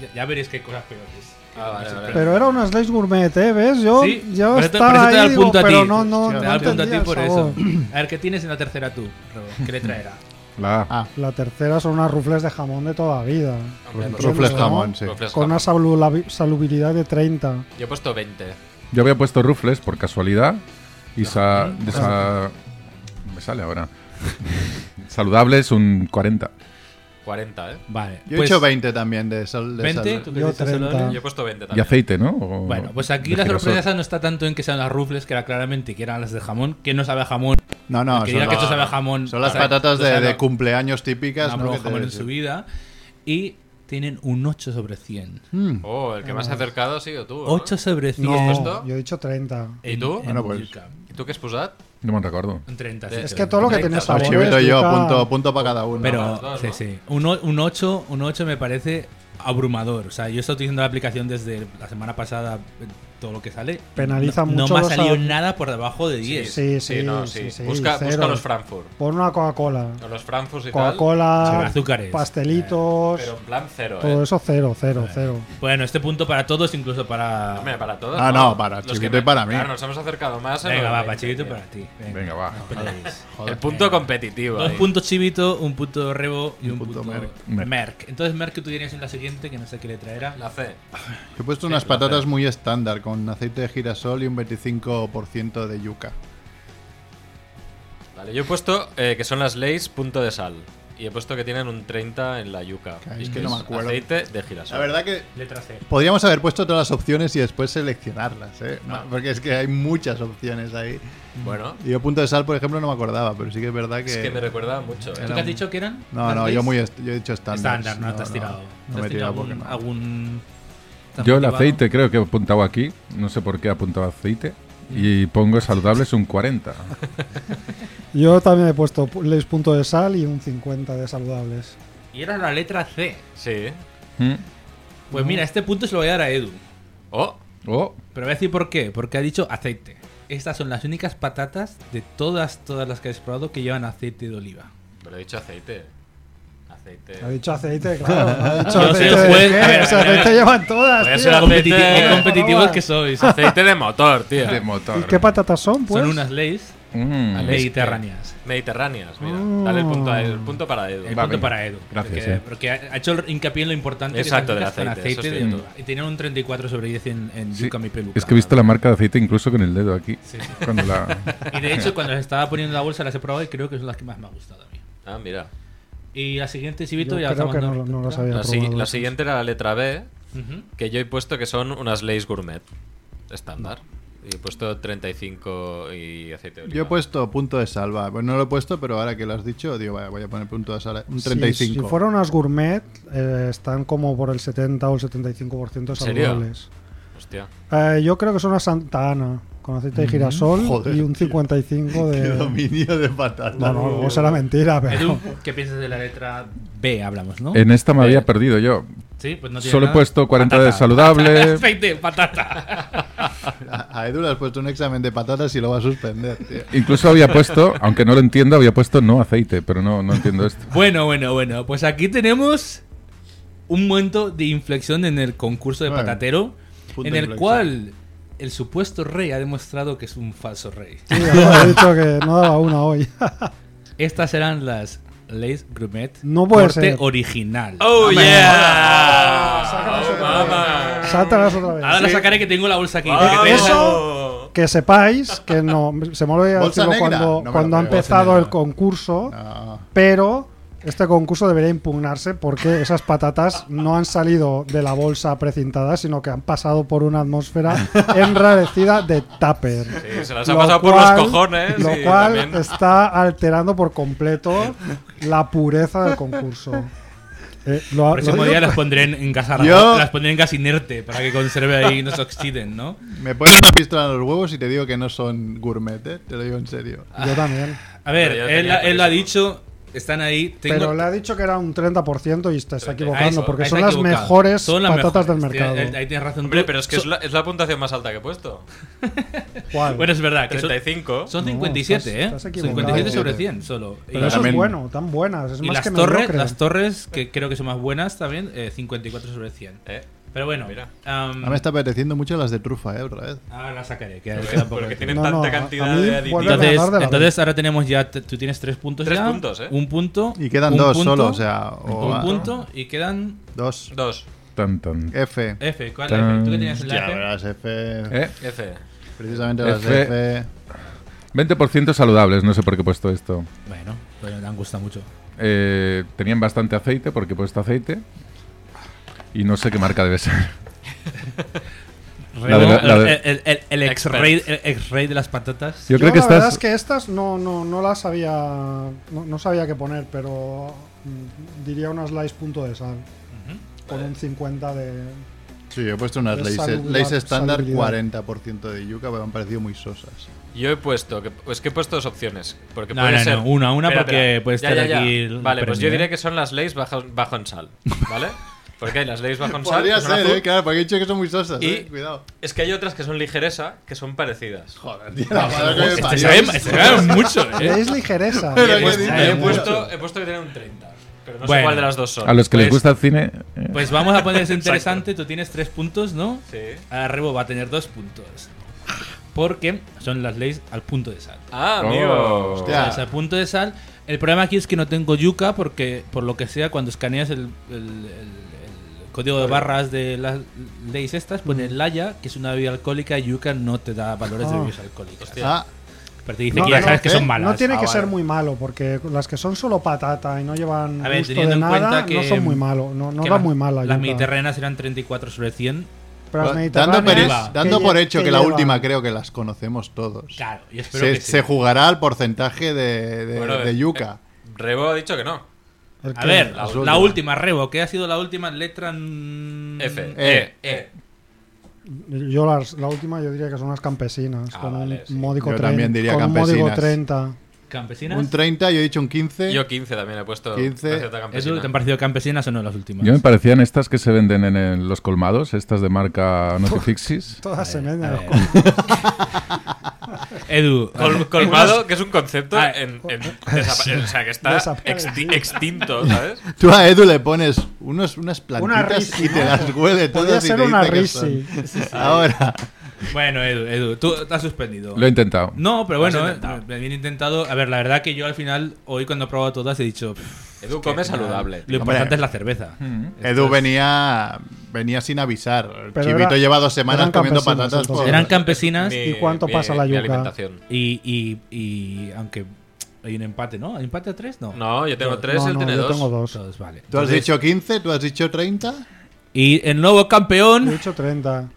Ya, ya veréis que hay cosas peores.
Ah, vale, vale.
Pero era una slice gourmet, ¿eh? ¿Ves? Yo,
Sí,
yo
por eso te- por eso
estaba
te da
ahí,
el
digo,
punto a
pero
ti.
no, no,
Sí,
no
Te da el punto a
entendía
ti
el
por
sabor.
eso. A ver, ¿qué tienes en la tercera tú, Robo? ¿Qué le traerá?
La A.
Ah,
La tercera son unas rufles de jamón de toda vida.
Hombre,
rufles
¿no?
jamón, sí.
rufles
Con una
jamón.
salu- salubilidad de 30.
Yo he puesto 20.
Yo había puesto rufles por casualidad y
Ah.
sa- de sa- me sale ahora. Saludables un 40.
40, ¿eh?
Vale.
Yo
pues,
he hecho 20 también de sal. De
20,
sal-
¿tú qué
Yo
dices,
30.
Solari?
Yo he puesto 20
Y
también.
aceite, ¿no? O-
Bueno, pues aquí
de
la
girasol.
sorpresa no está tanto en que sean las rufles, que era claramente que eran las de jamón, que no sabe a jamón,
No, no,
que diga
son,
que
las-
esto sabe a jamón.
son las
o sea,
patatas
o sea,
de, de
no-
cumpleaños típicas.
no ha
¿no?
probado
que te-
jamón en su vida. Y tienen un 8 sobre 100.
Mm.
Oh, el que más se ha acercado ha sido tú. ¿no?
8 sobre 100.
puesto?
No, yo he dicho 30.
Eh,
¿Y tú?
Bueno, pues. Eh,
Yucca.
¿Y tú qué has posat?
No me recuerdo.
Un 30.
Es
sí,
que todo lo que
30.
Pues
tenés Sabores,
chivito yo,
yuca.
punto, punto para cada uno.
Pero,
más dos,
sí,
¿no?
sí. Un, o- un 8, un 8 me parece abrumador. O sea, yo he estado utilizando la aplicación desde la semana pasada, eh, todo lo que sale.
Penaliza
no,
mucho
No me
los
ha salido
a-
nada por debajo de 10.
Sí, sí,
no,
sí, sí,
busca, busca
cero.
los Frankfurt.
Pon una Coca-Cola.
O Los Frankfurt
Sí,
y tal.
Coca-Cola,
azúcares.
pastelitos,
Pero en plan cero,
todo
¿eh?
eso cero, cero, cero.
Bueno, este punto para todos, incluso para.
Hombre, para todos.
Ah, no, para
Los
Chiquito
que
y para mí.
Claro, nos hemos acercado más. a
Venga,
los
va,
20,
para Chivito y
tío.
para ti.
Venga, va.
no os peleéis.
El punto competitivo.
Dos
ahí.
puntos Chivito, un punto Rebo y un, punto,
punto Merck.
Merck.
Merck. Entonces, Merck, que tú tenías en la siguiente, que no sé qué le traerá.
La C.
Yo he puesto unas patatas muy estándar, con aceite de girasol y un 25% de yuca.
Vale, yo he puesto eh, que son las Lays punto de sal. Y he puesto que tienen un 30 en la yuca.
Caray,
Y
es que no me acuerdo.
Aceite de girasol.
La verdad que
Letra C.
podríamos haber puesto todas las opciones y después seleccionarlas, ¿eh? Porque es que hay muchas opciones ahí.
Bueno,
Y yo punto de sal, por ejemplo, no me acordaba, pero sí que es verdad que...
es que me recuerda mucho. ¿eh?
¿Tú qué has dicho que eran?
No, no,
¿Las
yo,
veis?
muy est- yo he dicho estándar.
Estándar, no, te has tirado. ¿Te
No, me he
has
tirado
tirado
porque
algún.
no.
algún-
Yo el
motivado?
aceite creo que he apuntado aquí. No sé por qué he apuntado aceite. Y pongo saludables un 40.
Yo también he puesto pu- Leis punto de sal y un 50 de saludables.
Y era la letra C.
Sí.
¿Mm?
Pues mira, este punto se lo voy a dar a Edu.
Oh,
Oh,
Pero voy a decir por qué. Porque ha dicho aceite. Estas son las únicas patatas de todas, todas las que habéis probado que llevan aceite de oliva.
pero he dicho aceite. Aceite.
Ha dicho aceite, claro. no Ha dicho
Yo soy
aceite.
el
de
juez.
qué,
A ver,
ese
a ver, a ver.
aceite llevan todas.
Voy a
tío.
ser
Qué
Aceite.
competiti- qué competitivos
Hola.
que sois.
Aceite de motor, tío.
de
¿Y
motor.
qué patatas son, pues?
Son unas leyes
Mm.
Ale-
mediterráneas.
Mediterráneas, mira.
Mm.
Dale el punto, a- el punto para Edu.
El
Va,
punto
venga.
para Edu.
Gracias, eh.
Porque, porque
sí.
ha ha hecho el hincapié en lo importante
Exacto,
que
del
las hacen
aceite, eso
aceite
es
de
cierto.
oliva. Y tenían un 34 sobre 10 en, en
Sí.
Yuca, mi peluca.
Es que he visto la marca de aceite incluso con el dedo aquí.
Sí, sí.
Cuando la...
Y de hecho, cuando las estaba poniendo en la bolsa, las he probado y creo que son las que más me han gustado a mí.
Ah, mira.
Y la siguiente, Sibito,
Yo
ya la
creo que
estamos
no, no las había
La, si-
probado.
la siguiente era la letra B,
Ujú.
que yo he puesto que son unas Lays gourmet. Estándar. Y he puesto 35 y aceite de oliva.
Yo he puesto punto de salva. Bueno, no lo he puesto, pero ahora que lo has dicho, digo, vaya, voy a poner punto de sal. Un
Si-
35.
Si, fueran unas gourmet, eh, están como por el 70 o el 75%
serio?
saludables.
Hostia.
Eh, yo creo que son una Santa Ana, con aceite de girasol
Joder,
y un
tío.
55
Qué
de...
dominio de patatas.
No, no, no será mentira, pero...
Edu, ¿qué piensas de la letra B? Hablamos, ¿no?
En esta me había perdido yo.
Sí, pues no tiene
Solo he
nada.
puesto 40 de
Patata.
saludables.
Aceite, patata.
A, a Edu le has puesto un examen de patatas y lo va a suspender, tío.
Incluso había puesto, aunque no lo entiendo, había puesto no aceite, pero no, no entiendo esto.
Bueno, bueno, bueno. Pues aquí tenemos un momento de inflexión en el concurso de
Bueno,
patatero,
punto
en
de
el
inflexión.
cual el supuesto rey ha demostrado que es un falso rey.
Sí, había dicho que no daba una hoy.
Estas eran las Lays Grumet
No puede
corte
ser.
original.
¡Oh, yeah!
sácanos
¡Oh,
otra
mamá!
Sátalas otra vez.
Ahora la sacaré que tengo la bolsa
Ah,
aquí.
¡Vamos!
que tengo-
Que sepáis que no... Se me olvidó
Bolsa
decirlo
negra.
cuando,
No me
cuando
lo
ha
creo.
empezado
Bolsa
el
negra.
concurso,
No.
pero... Este concurso debería impugnarse porque esas patatas no han salido de la bolsa precintada, sino que han pasado por una atmósfera enrarecida de tupper.
Sí, se las ha
Lo
pasado por
cual-
los cojones.
Lo
y
cual
también-
está alterando por completo la pureza del concurso. Eh, lo ha-
El próximo
lo-
día las pondré en, en gas
Yo-
arragó- las pondré en gas inerte para que conserve ahí y no se oxiden, ¿no?
Me pones una pistola en los huevos y te digo que no son gourmet, ¿eh? te lo digo en serio.
Mm.
Yo también.
A ver,
Pero yo
él,
tenía
él lo ha
clarísimo.
dicho, están ahí. tengo-
Pero le ha dicho que era un 30% y te está equivocando,
Ahí está,
porque
ahí
son
está
las
equivocado.
mejores
Son las
patatas
mejores.
del mercado.
Ahí- Ahí tienes razón.
Hombre,
tú.
pero es que
Son-
es la, es la puntuación más alta que he puesto.
¿Cuál?
Bueno, es verdad. Que son-
35.
Son
No,
57,
estás- estás
¿eh?
equivocado.
57 sobre 100 solo. Y,
Pero eso
También-
es bueno, tan buenas. Es
y
más
las,
que
torres,
mediocre.
las torres, que creo que son más buenas también, eh, 54 sobre 100.
¿Eh?
Pero bueno,
Mira.
am,
Ahora me está apeteciendo mucho las de trufa, ¿eh? Otra vez.
ahora la sacaré. Que queda poco
Porque
tiempo.
tienen
No, no,
tanta
a-
cantidad
a mí
de aditivos.
vuelve a-
Entonces,
hablar de la
entonces ahora tenemos ya, te- tú tienes tres puntos
Tres
ya,
puntos, ¿eh?
un punto,
Y quedan
un
dos
punto,
solo, o sea, o
un
va-
punto y quedan
Dos.
Dos.
Tan, tan.
F.
F, ¿cuál es la F? ¿Tú qué tenías en
Ya,
la F?
las F.
¿Eh?
F.
Precisamente las
F.
F.
20% saludables, no sé por qué he puesto esto.
Bueno, pero me han gustado mucho.
Eh, tenían bastante aceite porque he puesto aceite. Y no sé qué marca debe ser. La de la- la de-
el, el- el- el ex
Expert.
rey, el ex rey de las patatas.
Yo creo que
la verdad
estás.
es que estas no, no, no las había. No, no sabía qué poner, pero mm, diría unas slice punto de sal. Con un 50 de.
Sí, yo he puesto unas
De
leyes,
salubridad-
leyes estándar
salubridad.
40% de yuca, pero me han parecido muy sosas.
Yo he puesto, que, es que he puesto dos opciones. Porque
No,
puede
no, no,
ser,
una, una, porque puede estar aquí el
Vale, pues yo
premio,
diré
¿eh?
que son las leyes bajo, bajo en sal, ¿vale? Porque hay las leyes bajo en sal.
Podría
que son
ser,
azul.
¿eh? Claro, porque he dicho que son muy sosas.
Y-
¿eh? Cuidado.
Es que hay otras que son ligereza, que son parecidas.
Joder, tío, la madre que me
Este
parió.
sabe- este sabe mucho, ¿eh?
Es ligereza.
Y
Pero
he, puesto,
qué
he,
dices,
puesto, he puesto que tienen un 30, pero no sé
Bueno.
cuál de las dos son.
A los que les
Pues-
gusta el cine. eh,
Pues vamos a poner eso interesante. Tú tienes tres puntos, ¿no?
Sí.
Ahora Rebo va a tener dos puntos. Porque son las leyes al punto de sal.
Ah,
Oh.
amigo.
Hostia.
O sea, al punto de sal. El problema aquí es que no tengo yuca porque, por lo que sea, cuando escaneas el, el- el- el código de barras de las leyes estas, pues pone Laya, que es una bebida alcohólica, y yuca no te da valores de
Ah.
bebidas alcohólicas.
Hostia.
Ah,
Pero te dice
No,
que ya
no,
sabes que
¿eh?
son malas.
No tiene
Ah,
que ser
vale.
muy malo, porque las que son solo patata y no llevan
A ver,
gusto
teniendo
de
en
nada,
cuenta que-
no son muy malo. No, no
Que
da
las-
muy mala.
Las
yuca.
mediterráneas eran 34 sobre 100.
Pero las
dando,
mediterráneas,
por,
perez-
¿qué
dando
lle-
por hecho
qué
que la
llevan?
última creo que las conocemos todos.
Claro, y espero
Se,
que sí.
se jugará al porcentaje de, de-
Bueno,
de
eh,
yuca.
Rebo ha dicho que no.
El
A
que-
ver, la,
Las
la
últimas.
última, Rebo, ¿qué ha sido la última letra? en- Eh,
F.
Mm,
E.
eh.
E. E.
Yo las, la última yo diría que son las campesinas,
Ah,
con
vale,
un
sí.
módico
Yo
30.
también diría
con un módico
campesinas.
30.
¿Campesinas?
Un 30, yo he dicho un 15.
E. Yo 15 también he puesto.
15.
receta
¿Eso
campesina.
te han parecido campesinas o no las últimas?
pues.
Yo me parecían estas que se venden en el- los colmados, estas de marca Notifixis.
A
Todas se
ver,
venden.
a ver. Edu, eh, a ver.
Col- colmado, que es un concepto
Ah,
en, en desapa- o sea, que está
Desaparecido.
exti- extinto, ¿sabes?
Tú a Edu le pones unos, unas plantitas
risi,
y te
¿no?
las huele todas
Podría
y
ser
te
una
dice que
risi.
son. Ahora,
bueno, Edu, Edu, tú te has suspendido.
Lo he intentado.
No, pero bueno,
Lo has
eh,
intentado.
me había intentado. A ver, la verdad que yo al final, hoy cuando he probado todas, he dicho. "Pff,
Edu
es que
come
al final
saludable.
Lo importante
Hombre.
es la cerveza.
Edu venía, venía sin avisar. El
Pero
chivito
era-
lleva dos semanas
eran
comiendo
campesinos,
patatas.
entonces.
por-
Eran campesinas
Mi-
y,
¿Y cuánto
mi-
pasa la
mi
yuca?
alimentación.
y, y aunque hay un empate, ¿no? ¿Hay empate a tres? No.
No, yo tengo
Dos.
tres,
No,
él
no,
tiene
yo
dos.
tengo dos.
Todos, vale.
Tú has
Entonces-
dicho 15, tú has dicho 30.
Y el nuevo
Yo he
campeón,
hecho 30.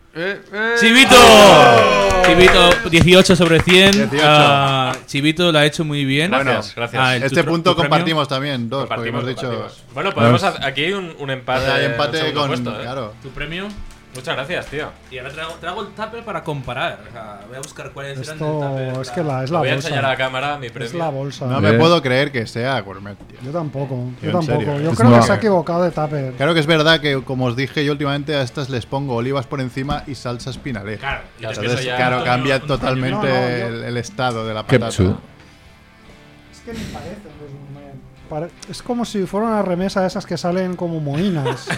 Chivito.
¡Eh!
Chivito, 18 sobre 100.
18.
Ah, Chivito lo ha hecho muy bien.
Gracias, gracias.
Ah, el-
Este
tu-
punto
tu premio.
compartimos también, dos,
Compartimos,
porque hemos dicho.
compartimos. Bueno, podemos
Vamos.
hacer aquí hay un, un empate.
Hay
en el
empate
segundo
con.
puesto, ¿eh?
Claro.
Tu premio.
Muchas gracias, tío.
Y ahora trago, trago el tupper para comparar. O sea, voy a buscar cuáles eran del tupper,
Esto es que la, es
Lo
la
voy a enseñar a la
bolsa.
cámara mi premio.
Es la bolsa.
No
Eh.
me puedo creer que sea gourmet, tío.
Yo tampoco.
Tío,
Yo
en
tampoco.
serio,
Yo
es
creo que
una-
se ha equivocado de tupper.
Claro que es verdad que, como os dije, yo últimamente a estas les pongo olivas por encima y salsa espinaré.
Claro, y
Claro,
te
Entonces,
empiezo ya-
claro,
Antonio,
cambia
Antonio,
totalmente
No, no, yo-
el, el estado de la patata.
Kepchu.
Es que ni parece. pues, me- pare- Es como si fuera una remesa de esas que salen como moinas.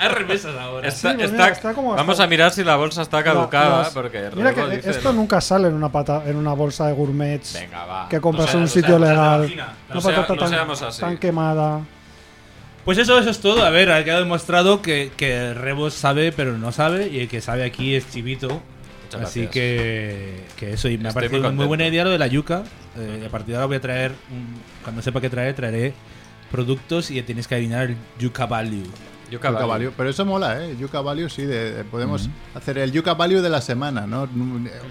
Hay remesas ahora.
Está-
Sí, pues
está-
mira, está como
vamos
bastante-
a mirar si la bolsa está caducada.
La- las-
Porque
Mira
Rebo
que
dice,
esto
no.
nunca sale en una, pata, en una bolsa de gourmets
Venga, va.
que compras
No
en un
seas- no
sitio
seas-
legal.
así, no.
No
una
sea-
patata
no
tan-
seamos así.
tan quemada.
Pues eso, eso es todo. A ver, ha quedado demostrado que, que Rebos sabe, pero no sabe. Y el que sabe aquí es Chivito.
Muchas
Así
gracias.
que, que eso, y me
Estoy
ha parecido
muy
muy,
contento.
buena idea lo de la yuca. Eh, a partir de ahora voy a traer, un- cuando sepa qué traer, traeré productos y tenéis que adivinar el yuca value.
Yuca
Yuca
Valley.
Value. Pero eso mola, ¿eh? Yuca Value sí, de- de- podemos hacer el Yuca Value de la semana, ¿no?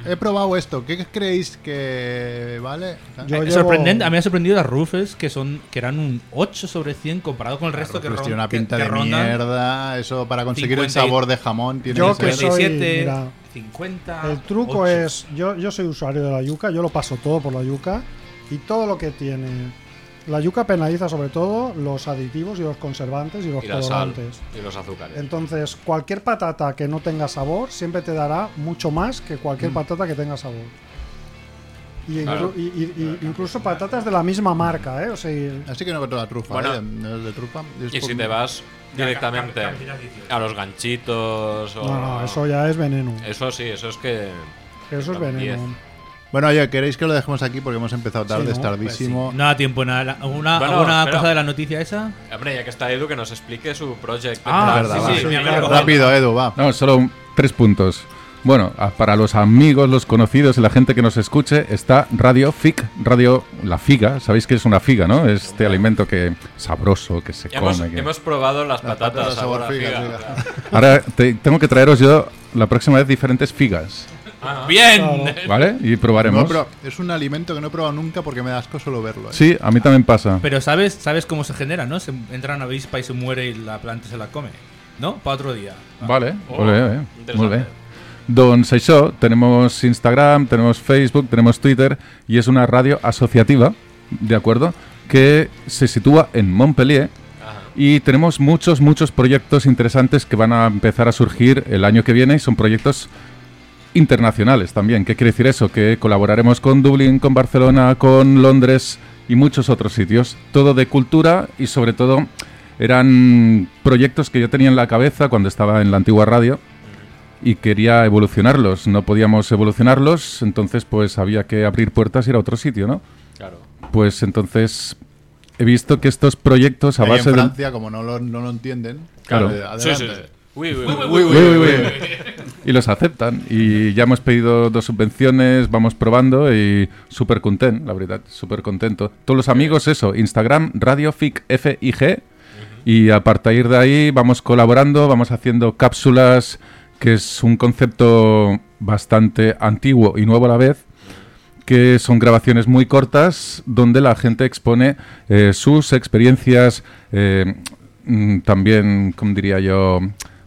He probado esto, ¿qué creéis que vale?
Yo
Eh,
llevo-
sorprendente, a mí me ha sorprendido las Rufes, que son que eran un 8 sobre 100 comparado con el resto que,
Pues
ron-
tiene una
que-
pinta
que
de
rondan
mierda, eso para conseguir el
50 y-
sabor de jamón tiene
Yo
que
que
ser...
soy-
47,
mira,
50.
Ah,
El truco
8.
es, yo, yo soy usuario de la yuca, yo lo paso todo por la yuca y todo lo que tiene. La yuca penaliza sobre todo los aditivos y los conservantes y los
Y la sal.
colorantes.
Y los azúcares.
Entonces, cualquier patata que no tenga sabor siempre te dará mucho más que cualquier patata que tenga sabor. Y, inclu-
Mm. Claro.
y- y- y incluso patatas de la misma marca, ¿eh? O sea, y-
Así que no con toda la trufa,
Bueno.
¿eh? No es de trufa. es
Y
por-
si te vas directamente a los ganchitos o...
no, no, eso ya es veneno.
Eso sí, eso es que...
Eso es veneno.
Bueno, oye, ¿queréis que lo dejemos aquí? Porque hemos empezado tarde,
¿no?
es tardísimo.
Pues No da tiempo nada. La- ¿Alguna,
Bueno,
alguna
espera.
cosa de la noticia esa?
Hombre, ya que está Edu, que nos explique su project.
Ah,
temporal.
es verdad,
sí,
va.
sí, ya me
Claro.
acordaba.
Rápido, Edu, va.
No, solo un- tres puntos. Bueno, a- para los amigos, los conocidos y la gente que nos escuche, está Radio FIC, Radio La Figa. Sabéis que es una figa, ¿no? Este alimento que sabroso, que se
Ya hemos,
come. que-
hemos probado las,
Las
patatas,
patatas
sabor
sabor
a
figa,
figa.
figa.
Ahora te- tengo que traeros yo la próxima vez diferentes figas,
Ah, ¡Bien!
Claro.
¿vale? Y probaremos.
No, pero es un alimento que no he probado nunca porque me da asco solo verlo. ¿eh?
Sí, a mí también pasa.
Pero sabes, sabes cómo se genera, ¿no? Se entra una avispa y se muere y la planta se la come. ¿No? Para otro día.
Vale,
Oh,
ole, ole, molt
interesante.
bé. Doncs això, tenemos Instagram, tenemos Facebook, tenemos Twitter y es una radio asociativa, ¿de acuerdo? Que se sitúa en Montpellier
Ajá.
y tenemos muchos, muchos proyectos interesantes que van a empezar a surgir el año que viene y son proyectos internacionales también. ¿Qué quiere decir eso? Que colaboraremos con Dublín, con Barcelona, con Londres y muchos otros sitios. Todo de cultura y sobre todo eran proyectos que yo tenía en la cabeza cuando estaba en la antigua radio y quería evolucionarlos. No podíamos evolucionarlos, entonces pues había que abrir puertas y ir a otro sitio, ¿no?
Claro.
Pues entonces he visto que estos proyectos a
Ahí en
base de...
Francia, como no lo, no lo entienden,
Claro.
eh,
Sí,
adelante.
sí, sí. Uy, uy, uy,
Uy, uy, uy. Y los aceptan. Y ya hemos pedido dos subvenciones, vamos probando y súper content, la verdad, súper contento. Todos los amigos, eso, Instagram, Radio FIG, F-I-G. Y a partir de ahí vamos colaborando, vamos haciendo cápsulas, que es un concepto bastante antiguo y nuevo a la vez, que son grabaciones muy cortas donde la gente expone eh, sus experiencias, eh, mm, también, com diria jo,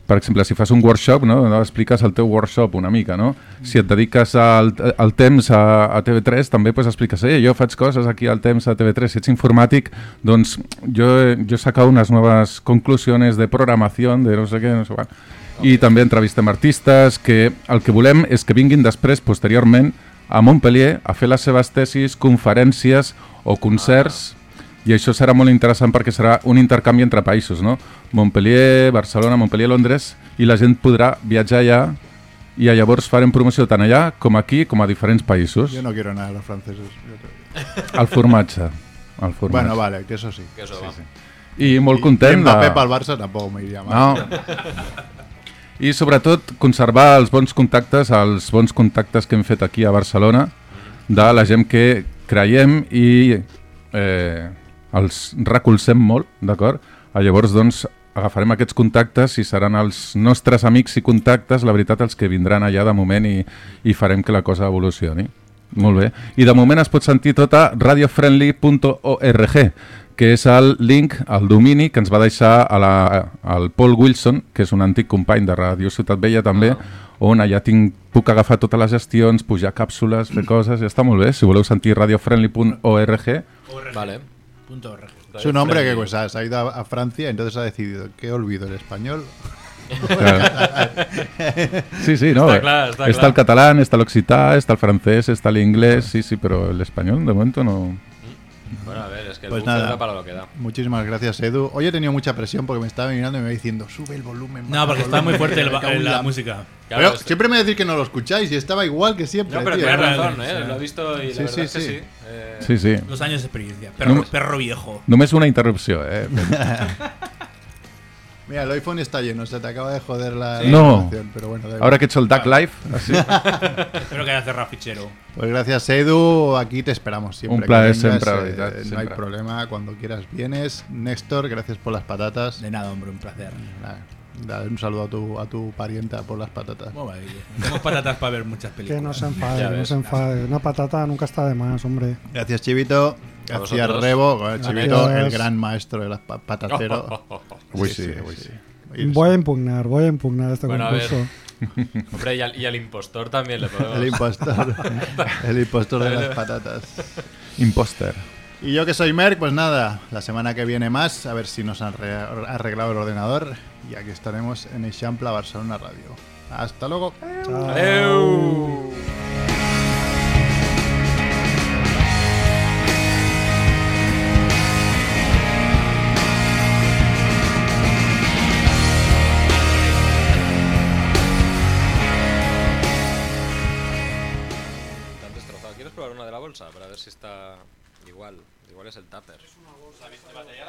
per exemple, si fas un workshop, no? no expliques el teu workshop una mica, no? Si et dediques al, al temps a, a TV3, també pues, expliques, eh, jo faig coses aquí al temps a TV3, si ets informàtic, doncs jo, he- jo he sacat unes noves conclusions de programació, de no sé què, no sé quan. I també entrevistem artistes que el que volem és que vinguin després, posteriorment, a Montpellier a fer les seves tesis, conferències o concerts i això serà molt interessant perquè serà un intercanvi entre països, no? Montpellier, Barcelona, Montpellier, Londres, i la gent podrà viatjar allà i llavors farem promoció tant allà com aquí, com a diferents països.
Yo no quiero nada de los franceses. Yo creo-
El formatge. El formatge.
Bueno, vale, que eso sí.
Que eso va.
I molt
Y
content. de-
Mbappé para el Barça tampoco me iría mal.
No. I sobretot conservar els bons contactes, els bons contactes que hem fet aquí a Barcelona, de la gent que creiem i eh, els recolzem molt, d'acord? Ah, Llavors, doncs, agafarem aquests contactes i seran els nostres amics i contactes, la veritat, els que vindran allà de moment i, i farem que la cosa evolucioni. Molt bé. I de moment es pot sentir tot a radiofriendly.org, que és el link, el domini que ens va deixar a la, al Paul Wilson, que és un antic company de Ràdio Ciutat Vella també, on allà tinc, puc agafar totes les gestions, pujar càpsules, fer coses, i està molt bé. Si voleu sentir radiofriendly.org,
Vale.
Punto org.
Es un hombre que pues, ha, se ha ido a, a Francia y entonces ha decidido que olvido el español.
Sí, sí, no.
Está clar, está clar.
el catalán, está el occità, está el francés, está el inglés, sí, sí, pero el español de momento no...
Bueno, a ver, es que el
Pues
buffer
nada.
da para lo que da.
Muchísimas gracias, Edu. Hoy he tenido mucha presión porque me estaba mirando y me iba diciendo, sube el volumen. baja
No, porque
el
está muy
volumen".
fuerte el
Me
ba-
cago en
la
la-
música.
Claro,
Pero
es-
siempre me decís que no lo escucháis y estaba igual que siempre.
No, pero
tío.
tienes
Vale,
razón,
o
¿eh?
sea.
Lo he visto y
Sí,
la
sí,
verdad es que
sí.
sí. Eh,
Sí, sí.
Dos años de experiencia. Perro,
No-
perro viejo.
Només una interrupció, eh?
Mira, el iPhone está lleno, se te acaba de joder la
Sí.
la
No.
información, pero bueno, da igual.
Ahora que he hecho el Duck Live, así.
Espero que haya cerrado fichero.
Pues gracias, Edu. Aquí te esperamos siempre.
Un placer,
que vengas,
siempre,
eh,
verdad,
no hay
siempre.
problema, cuando quieras vienes. Néstor, gracias por las patatas.
De nada, hombre, un placer.
Nada, Dale un saludo a tu, a tu parienta por las patatas.
Bueno, vale, Tenemos patatas para ver muchas
Que no
películas.
se enfade,
Ya
que no
ves.
se enfade. Una patata nunca está de más, hombre.
Gracias, Chivito.
A
Gracias,
vosotros.
Rebo. Bueno, Chivito,
Gracias.
el gran maestro de las pa- patatero.
Uy, sí, uy, sí.
Y el-
Voy a impugnar, voy a impugnar este
Bueno, a ver.
concurso.
Hombre, y al, y al impostor también le
El
podemos.
impostor. el impostor de las patatas.
Imposter.
Y yo que soy Merck, pues nada, la semana que viene más, a ver si nos han re- arreglado el ordenador. Y aquí estaremos en Eixample Barcelona Radio. Hasta luego.
Chao.
¡Adeu! Tan destrozado. ¿Quieres probar una de la bolsa? Para ver si está igual. Igual es el tupper.